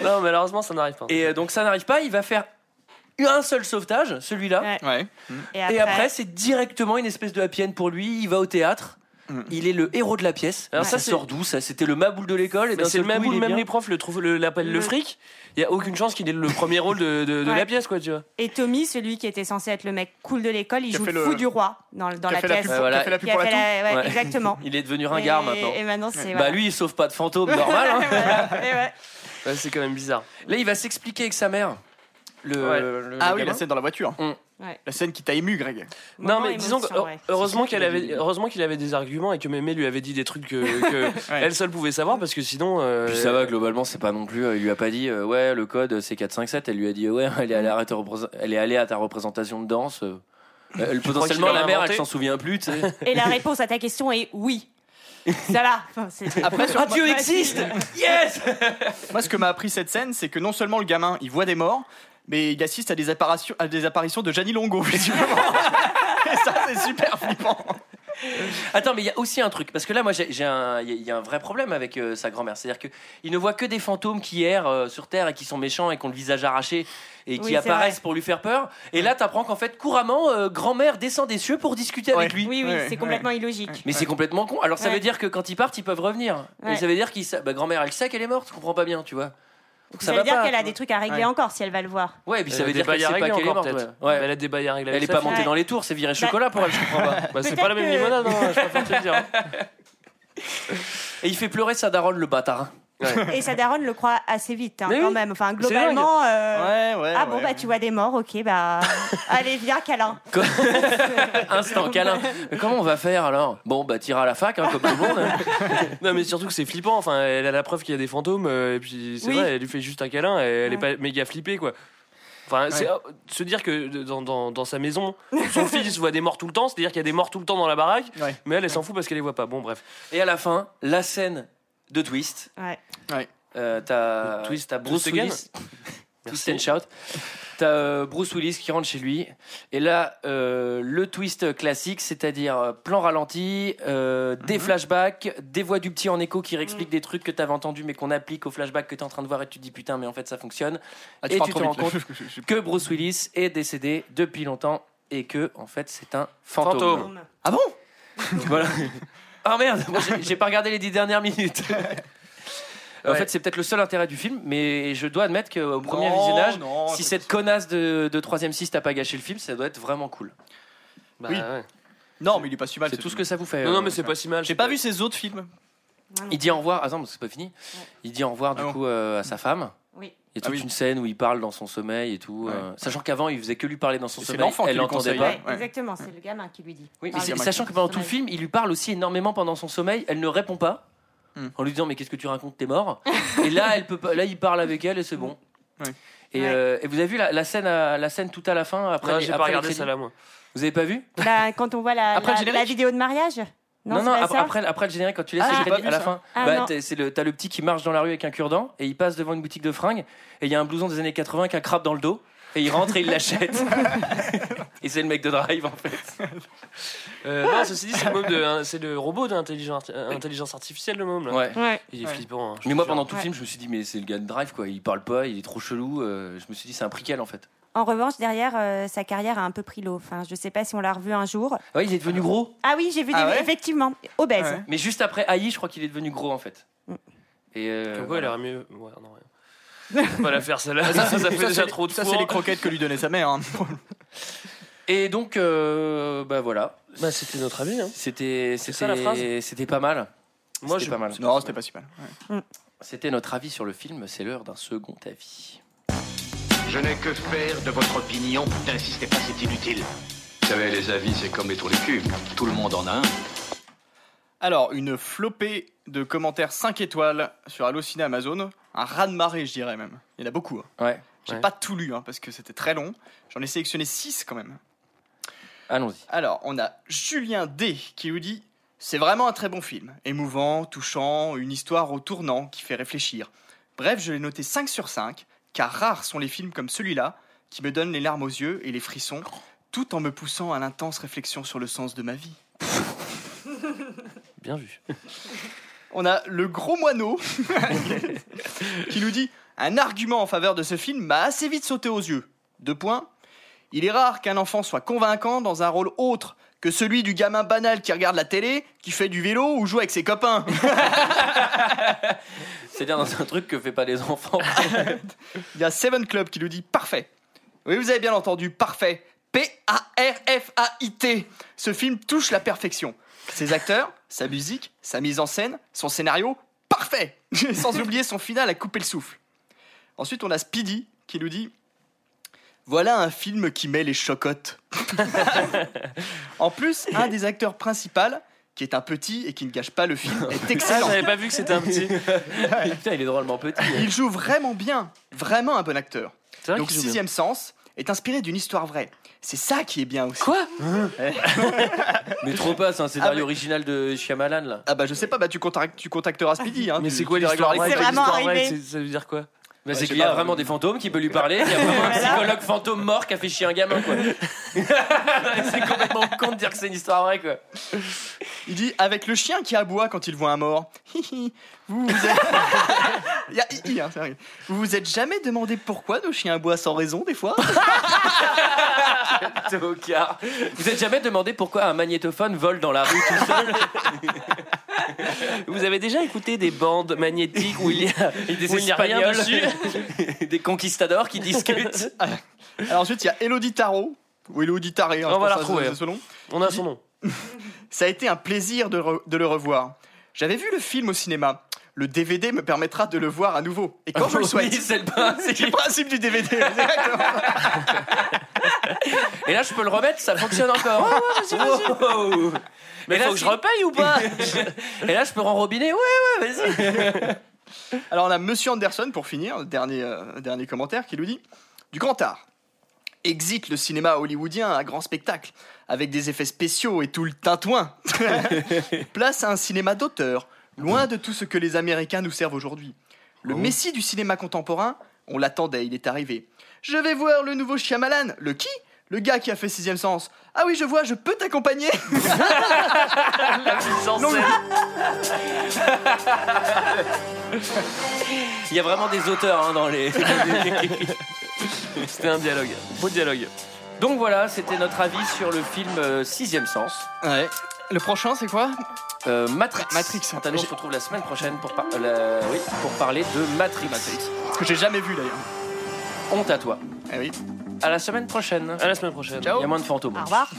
Speaker 7: Non, malheureusement ça n'arrive pas.
Speaker 1: Et euh, donc ça n'arrive pas, il va faire un seul sauvetage, celui-là.
Speaker 8: Ouais.
Speaker 6: Ouais.
Speaker 8: Et
Speaker 1: Et après, c'est directement une espèce de happy end pour lui. Il va au théâtre.
Speaker 6: Mm.
Speaker 1: Il est le héros de la pièce. Alors
Speaker 7: Ouais.
Speaker 1: ça
Speaker 7: Ça,
Speaker 1: sort d'où ça C'était le maboule de l'école. et
Speaker 7: Mais
Speaker 1: d'un
Speaker 7: c'est le
Speaker 1: seul coup,
Speaker 7: même
Speaker 1: il
Speaker 7: rôle,
Speaker 1: est
Speaker 7: même
Speaker 1: bien. Mm.
Speaker 7: les profs le trouvent, le- l'appellent le fric. Il y a aucune chance qu'il ait le premier rôle de, de, de
Speaker 8: Ouais.
Speaker 7: la pièce, quoi, tu vois.
Speaker 8: Et Tommy, celui qui était censé être le mec cool de l'école, il
Speaker 6: Qui a
Speaker 8: joue
Speaker 6: fait
Speaker 8: le
Speaker 6: le-
Speaker 8: fou du roi dans, dans
Speaker 6: Qui a
Speaker 8: la
Speaker 6: fait la
Speaker 8: pièce.
Speaker 6: pub-
Speaker 1: Ouais, voilà.
Speaker 6: qui a fait la pub
Speaker 8: Qui a
Speaker 6: pour la
Speaker 8: fait
Speaker 6: toux.
Speaker 8: la- ouais,
Speaker 1: Ouais.
Speaker 8: Exactement.
Speaker 1: Il est devenu ringard
Speaker 8: et,
Speaker 1: maintenant.
Speaker 8: Et maintenant, c'est.
Speaker 1: Bah lui, il sauve pas de fantômes, normal. hein.
Speaker 7: Ouais, c'est quand même bizarre.
Speaker 1: Là, il va s'expliquer avec sa mère. Le,
Speaker 7: Ouais.
Speaker 1: le
Speaker 6: Ah oui,
Speaker 1: gamin.
Speaker 6: la scène dans la voiture.
Speaker 1: Mm.
Speaker 8: Ouais.
Speaker 6: La scène qui t'a ému, Greg.
Speaker 7: non, mais disons
Speaker 6: oh.
Speaker 7: que heureusement qu'elle avait, heureusement qu'il avait des arguments et que Mémé lui avait dit des trucs que, que elle seule pouvait savoir parce que sinon. euh,
Speaker 1: Puis ça va, globalement, c'est pas non plus. euh, Il lui a pas dit, euh, ouais, le code euh, c'est 457. Elle lui a dit, ouais, elle est allée à ta, représ- elle est allée à ta représentation de danse. euh. Euh, potentiellement,
Speaker 7: qu'il l'a
Speaker 1: la mère, elle
Speaker 7: inventé
Speaker 1: s'en souvient plus, tu sais.
Speaker 8: Et la réponse à ta question est oui. Ça va. Enfin, c'est-
Speaker 6: Après, sur-
Speaker 1: Ah, Dieu existe Yes
Speaker 6: moi, ce que m'a appris cette scène, c'est que non seulement le gamin, il voit des morts, mais il assiste à des apparitions, à des apparitions de Gianni Longo, visiblement. Et ça, c'est super flippant.
Speaker 1: Attends, mais il y a aussi un truc. Parce que là, moi, j'ai j'ai un, il y a- il y a un vrai problème avec euh, sa grand-mère. C'est-à-dire que il ne voit que des fantômes qui errent euh, sur Terre et qui sont méchants et qui ont le visage arraché et qui
Speaker 8: Oui, c'est
Speaker 1: apparaissent
Speaker 8: vrai.
Speaker 1: pour lui faire peur. Et là, t'apprends qu'en fait, couramment, euh, grand-mère descend des cieux pour discuter avec lui.
Speaker 8: Oui, oui,
Speaker 6: Ouais,
Speaker 8: c'est complètement illogique.
Speaker 1: Mais c'est complètement con. Alors ça
Speaker 8: Ouais.
Speaker 1: veut dire que quand ils partent, ils peuvent revenir. Et
Speaker 8: Ouais.
Speaker 1: ça veut dire qu'ils sa- bah, grand-mère, elle sait qu'elle est morte. Je comprends pas bien, tu vois. Donc
Speaker 8: Ça, veut dire
Speaker 1: pas,
Speaker 8: qu'elle
Speaker 1: tu
Speaker 8: a
Speaker 1: vois.
Speaker 8: des trucs à régler
Speaker 6: Ouais.
Speaker 8: encore si elle va le voir.
Speaker 1: Ouais, et puis
Speaker 7: elle
Speaker 1: ça
Speaker 7: a
Speaker 1: veut
Speaker 7: des
Speaker 1: dire qu'elle
Speaker 7: bails à
Speaker 1: sait pas
Speaker 7: régler
Speaker 1: qu'elle est
Speaker 7: encore,
Speaker 1: morte.
Speaker 7: peut-être.
Speaker 1: ouais. Ouais.
Speaker 7: Elle a des bails à régler
Speaker 1: Elle
Speaker 7: avec
Speaker 1: est
Speaker 7: sa
Speaker 1: pas
Speaker 7: fille.
Speaker 1: montée dans les tours, c'est viré chocolat pour elle, je comprends pas.
Speaker 7: Bah, c'est
Speaker 8: Bah, Peut-être
Speaker 7: pas la même
Speaker 8: que-
Speaker 7: limonade, hein, je préfère te le dire.
Speaker 1: Et il fait pleurer sa daronne, le bâtard.
Speaker 8: Et sa daronne le croit assez vite, hein,
Speaker 7: Mais
Speaker 8: quand
Speaker 7: oui.
Speaker 8: même. Enfin,
Speaker 7: dingue.
Speaker 8: globalement. euh,
Speaker 6: Ouais, ouais.
Speaker 8: ah bon, bah tu vois des morts, ok, bah. Allez, viens, câlin.
Speaker 1: Instant câlin. Mais comment on va faire alors Bon, bah t'iras à la fac, hein, comme tout le monde. hein.
Speaker 7: Non mais surtout que c'est flippant, enfin elle a la preuve qu'il y a des fantômes euh, et puis c'est
Speaker 8: Oui.
Speaker 7: vrai, elle lui fait juste un câlin et elle est
Speaker 8: Ouais.
Speaker 7: pas méga flippée quoi. Enfin, c'est, euh, se dire que de- dans, dans- dans sa maison, son fils voit des morts tout le temps, c'est-à-dire qu'il y a des morts tout le temps dans la baraque,
Speaker 6: Ouais.
Speaker 7: mais elle, elle s'en fout parce qu'elle les voit pas. Bon, bref.
Speaker 1: Et à la fin, la scène de Twist.
Speaker 8: Ouais.
Speaker 6: Ouais.
Speaker 1: Euh, t'as
Speaker 7: Twist,
Speaker 1: t'as Bruce
Speaker 7: Twist again.
Speaker 1: Willis. Twist
Speaker 7: Merci.
Speaker 1: and shout. T'as euh, Bruce Willis qui rentre chez lui. Et là, euh, le twist classique, c'est-à-dire euh, plan ralenti, euh,
Speaker 6: Mhm.
Speaker 1: des flashbacks, des voix du petit en écho qui réexpliquent des trucs que t'avais entendus mais qu'on applique au flashback que t'es en train de voir et tu te dis putain, mais en fait ça fonctionne.
Speaker 6: Ah,
Speaker 1: Et
Speaker 6: parles
Speaker 1: tu
Speaker 6: trop
Speaker 1: te
Speaker 6: vite,
Speaker 1: rends
Speaker 6: là.
Speaker 1: compte
Speaker 6: Je- je- je-
Speaker 1: Que Bruce Willis est décédé depuis longtemps et que en fait c'est un fantôme.
Speaker 7: Fantôme.
Speaker 6: Ah bon
Speaker 1: Voilà. Ah merde, moi, j'ai- j'ai pas regardé les dix dernières minutes. En
Speaker 7: Ouais.
Speaker 1: fait, c'est peut-être le seul intérêt du film, mais je dois admettre qu'au premier
Speaker 6: Non,
Speaker 1: visionnage,
Speaker 6: non,
Speaker 1: si
Speaker 6: c'est-
Speaker 1: cette connasse de, de 3ème 6 t'a pas gâché le film, ça doit être vraiment cool.
Speaker 7: Bah,
Speaker 6: Oui.
Speaker 7: ouais.
Speaker 1: Euh,
Speaker 6: Non, mais il est pas si mal.
Speaker 1: C'est tout ce que ça vous fait.
Speaker 7: Non, non,
Speaker 1: euh,
Speaker 7: mais c'est pas si mal.
Speaker 6: J'ai pas vu ces autres films.
Speaker 1: Il dit au revoir, ah non, c'est pas fini. Il dit au revoir du
Speaker 6: Ah bon.
Speaker 1: coup euh, à sa femme.
Speaker 8: Oui.
Speaker 1: Il y a
Speaker 6: Ah
Speaker 1: toute
Speaker 6: oui.
Speaker 1: une scène où il parle dans son sommeil et tout.
Speaker 6: Ouais.
Speaker 1: euh, sachant qu'avant, il faisait que lui parler dans son
Speaker 6: C'est
Speaker 1: sommeil.
Speaker 6: l'enfant qui
Speaker 1: Elle
Speaker 6: lui
Speaker 1: l'entendait
Speaker 6: conseille.
Speaker 1: pas.
Speaker 8: Ouais,
Speaker 6: Ouais.
Speaker 8: Exactement, c'est le gamin qui lui dit.
Speaker 1: Oui,
Speaker 8: Parle
Speaker 1: mais c'est-
Speaker 8: de-
Speaker 1: sachant que pendant tout le
Speaker 8: sommeil.
Speaker 1: film, il lui parle aussi énormément pendant son sommeil. Elle ne répond pas
Speaker 6: Hmm.
Speaker 1: en lui disant mais qu'est-ce que tu racontes, t'es mort. et là, elle peut pas. Là, il parle avec elle et c'est bon.
Speaker 6: Hmm. Ouais.
Speaker 1: Et,
Speaker 8: Ouais.
Speaker 1: euh, et vous avez vu la, la scène, à- la scène tout à la fin après.
Speaker 7: Non,
Speaker 1: les-
Speaker 7: j'ai pas
Speaker 1: après les
Speaker 7: regardé
Speaker 1: crédits
Speaker 7: ça là, moi.
Speaker 1: Vous avez pas vu
Speaker 8: Bah, quand on voit la,
Speaker 6: Après le
Speaker 8: la,
Speaker 6: générique.
Speaker 8: la vidéo de mariage
Speaker 1: Non,
Speaker 8: Non,
Speaker 1: non.
Speaker 8: c'est pas
Speaker 1: ap-
Speaker 8: ça
Speaker 1: après, après le générique, quand tu laisses
Speaker 6: Ah,
Speaker 1: les
Speaker 6: j'ai
Speaker 1: crédits,
Speaker 6: pas
Speaker 1: à
Speaker 6: vu
Speaker 1: la
Speaker 6: ça.
Speaker 1: fin,
Speaker 8: Ah,
Speaker 1: bah,
Speaker 8: non.
Speaker 1: t'es- c'est le- t'as le petit qui marche dans la rue avec un cure-dent et il passe devant une boutique de fringues et il y a un blouson des années 80 avec un crabe dans le dos et il rentre et il l'achète. et c'est le mec de Drive en fait.
Speaker 7: Euh, non, ceci dit, c'est le, môme de- hein, c'est le robot d'intelligence euh, intelligence artificielle, le môme. Là.
Speaker 1: Ouais.
Speaker 8: Ouais.
Speaker 7: Il est
Speaker 6: Ouais.
Speaker 7: flippant. hein, je
Speaker 1: Mais
Speaker 7: te
Speaker 1: moi,
Speaker 7: jure.
Speaker 1: pendant tout le
Speaker 8: Ouais.
Speaker 1: film, je me suis dit, mais c'est le gars de Drive, quoi. Il parle pas, il est trop chelou. euh, je me suis dit, c'est un préquel, en fait.
Speaker 8: En revanche, derrière, euh, sa carrière a un peu pris l'eau. Enfin, je sais pas si on l'a revu un jour.
Speaker 1: Ah ouais, il est devenu gros.
Speaker 8: Ah oui, j'ai vu
Speaker 6: Ah
Speaker 8: des...
Speaker 6: ouais
Speaker 8: effectivement obèse.
Speaker 6: Ouais.
Speaker 1: Mais juste après AI, je crois qu'il est devenu gros, en fait.
Speaker 6: Mm.
Speaker 1: Et euh,
Speaker 7: Comme quoi,
Speaker 1: voilà.
Speaker 7: il aurait mieux. Ouais, non, rien. Faut pas la faire celle-là, ça, ça fait
Speaker 6: c'est
Speaker 7: déjà
Speaker 6: les-
Speaker 7: trop de
Speaker 6: Ça, c'est
Speaker 7: four.
Speaker 6: les croquettes que lui donnait sa mère. hein.
Speaker 1: Et donc, euh, bah voilà.
Speaker 7: Bah, c'était notre avis. Hein.
Speaker 1: C'était c'était-
Speaker 7: ça, la phrase
Speaker 1: c'était pas mal.
Speaker 7: Moi,
Speaker 1: C'était
Speaker 7: je-
Speaker 1: pas mal.
Speaker 6: Non, c'était pas si mal. Ouais.
Speaker 1: C'était notre avis sur le film. C'est l'heure d'un second avis.
Speaker 2: Je n'ai que faire de votre opinion. N'insistez pas, c'est inutile.
Speaker 9: Vous savez, les avis, c'est comme les trous du cul. Tout le monde en a un.
Speaker 6: Alors, une flopée de commentaires 5 étoiles sur Allociné Amazon. Un raz-de-marée, je dirais même. Il y en a beaucoup. hein.
Speaker 1: Ouais,
Speaker 6: J'ai
Speaker 7: Ouais.
Speaker 6: pas tout lu hein, parce que c'était très long. J'en ai sélectionné 6 quand même.
Speaker 1: allons-y.
Speaker 6: Alors, on a Julien D qui nous dit C'est vraiment un très bon film. Émouvant, touchant, une histoire au tournant qui fait réfléchir. Bref, je l'ai noté 5 sur 5, car rares sont les films comme celui-là qui me donnent les larmes aux yeux et les frissons, tout en me poussant à l'intense réflexion sur le sens de ma vie.
Speaker 7: Bien vu.
Speaker 6: On a le gros moineau qui nous dit Un argument en faveur de ce film m'a assez vite sauté aux yeux. Deux points. Il est rare qu'un enfant soit convaincant dans un rôle autre que celui du gamin banal qui regarde la télé, qui fait du vélo ou joue avec ses copains.
Speaker 1: C'est-à-dire dans un truc que fait pas les enfants.
Speaker 6: Il y a Seven Club qui nous dit Parfait. Oui, vous avez bien entendu, parfait. P-A-R-F-A-I-T. Ce film touche la perfection. Ses acteurs, sa musique, sa mise en scène, son scénario, parfait Sans oublier son final à couper le souffle. Ensuite, on a Speedy qui nous dit Voilà un film qui met les chocottes. en plus, un des acteurs principaux, qui est un petit et qui ne gâche pas le film, est
Speaker 7: Ah,
Speaker 6: excellent.
Speaker 7: j'avais pas vu que c'était un petit.
Speaker 1: Putain, il est drôlement petit.
Speaker 6: Il joue vraiment bien, vraiment un bon acteur.
Speaker 7: C'est vrai
Speaker 6: Donc
Speaker 7: qu'il joue bien.
Speaker 6: Sixième Sens est inspiré d'une histoire vraie. C'est ça qui est bien aussi.
Speaker 7: Quoi
Speaker 1: Mais trop pas, c'est un scénario
Speaker 6: Ah, mais-
Speaker 1: original de Shyamalan, là.
Speaker 6: Ah bah je sais pas, bah tu, contact- tu contacteras Speedy. Hein,
Speaker 7: Mais
Speaker 6: tu-
Speaker 7: c'est quoi
Speaker 6: tu
Speaker 7: l'histoire
Speaker 6: régleras
Speaker 7: vraie
Speaker 8: C'est
Speaker 7: L'histoire
Speaker 8: vraiment
Speaker 7: vraie,
Speaker 8: arrivé.
Speaker 7: c'est- Ça veut dire quoi
Speaker 1: Bah,
Speaker 6: je
Speaker 1: c'est
Speaker 6: sais
Speaker 1: qu'il y a
Speaker 6: pas,
Speaker 1: vraiment
Speaker 6: euh,
Speaker 1: des fantômes qui peut lui parler. Il y a vraiment un psychologue fantôme mort qui a fait chier un gamin, quoi. c'est complètement con de dire que c'est une histoire vraie, quoi.
Speaker 6: Il dit avec le chien qui aboie quand il voit un mort. Hihi, vous vous êtes... Il y a hihi, hein, c'est vrai. Vous vous êtes jamais demandé pourquoi nos chiens aboient sans raison des fois
Speaker 1: Tocard. Vous êtes jamais demandé pourquoi un magnétophone vole dans la rue tout seul
Speaker 7: Vous avez déjà écouté des bandes magnétiques où il y a,
Speaker 1: et des
Speaker 7: où il n'y a rien
Speaker 1: Espagnols,
Speaker 7: dessus
Speaker 1: des conquistadors qui discutent
Speaker 6: Alors ensuite il y a Elodie Tarot. Ou Elodie Taré, hein,
Speaker 7: On
Speaker 6: je
Speaker 7: va
Speaker 6: pense
Speaker 7: la
Speaker 6: que
Speaker 7: retrouver.
Speaker 6: c'est- c'est ce nom.
Speaker 7: On a son nom.
Speaker 6: Ça a été un plaisir de, re- de le revoir. J'avais vu le film au cinéma. Le DVD me permettra de le voir à nouveau. Et quand je le souhaite.
Speaker 1: Oui, c'est le principe.
Speaker 6: C'est le principe du DVD. exactement.
Speaker 1: Et là, je peux le remettre, ça fonctionne encore. Wow.
Speaker 7: Mais
Speaker 1: Et là,
Speaker 7: faut que je
Speaker 1: si-
Speaker 7: repaye ou pas
Speaker 1: Et là, je peux renrobiner. Ouais, ouais, vas-y.
Speaker 6: Alors on a Monsieur Anderson pour finir, le dernier, euh, dernier commentaire qui nous dit Du grand art, exit le cinéma hollywoodien à grand spectacle, avec des effets spéciaux et tout le tintouin. Place à un cinéma d'auteur, loin de tout ce que les Américains nous servent aujourd'hui. Le messie du cinéma contemporain, on l'attendait, il est arrivé. Je vais voir le nouveau Shyamalan. Le qui Le gars qui a fait Sixième Sens. Ah oui, je vois, je peux t'accompagner Non, mais-
Speaker 1: Il y a vraiment des auteurs hein, dans les.
Speaker 7: C'était un dialogue. Beau dialogue.
Speaker 1: Donc voilà, c'était notre avis sur le film euh, Sixième Sens.
Speaker 6: Ouais. Le prochain, c'est quoi
Speaker 1: Euh, Matrix.
Speaker 6: Matrix.
Speaker 1: Quant à nous, on se retrouve la semaine prochaine pour, par- euh, la- oui, pour parler de Matrix.
Speaker 6: Que j'ai jamais vu d'ailleurs.
Speaker 1: Honte à toi.
Speaker 6: Ah oui.
Speaker 1: À la semaine prochaine.
Speaker 7: Eh À la semaine prochaine.
Speaker 1: Il y a moins de fantômes.
Speaker 8: Au revoir.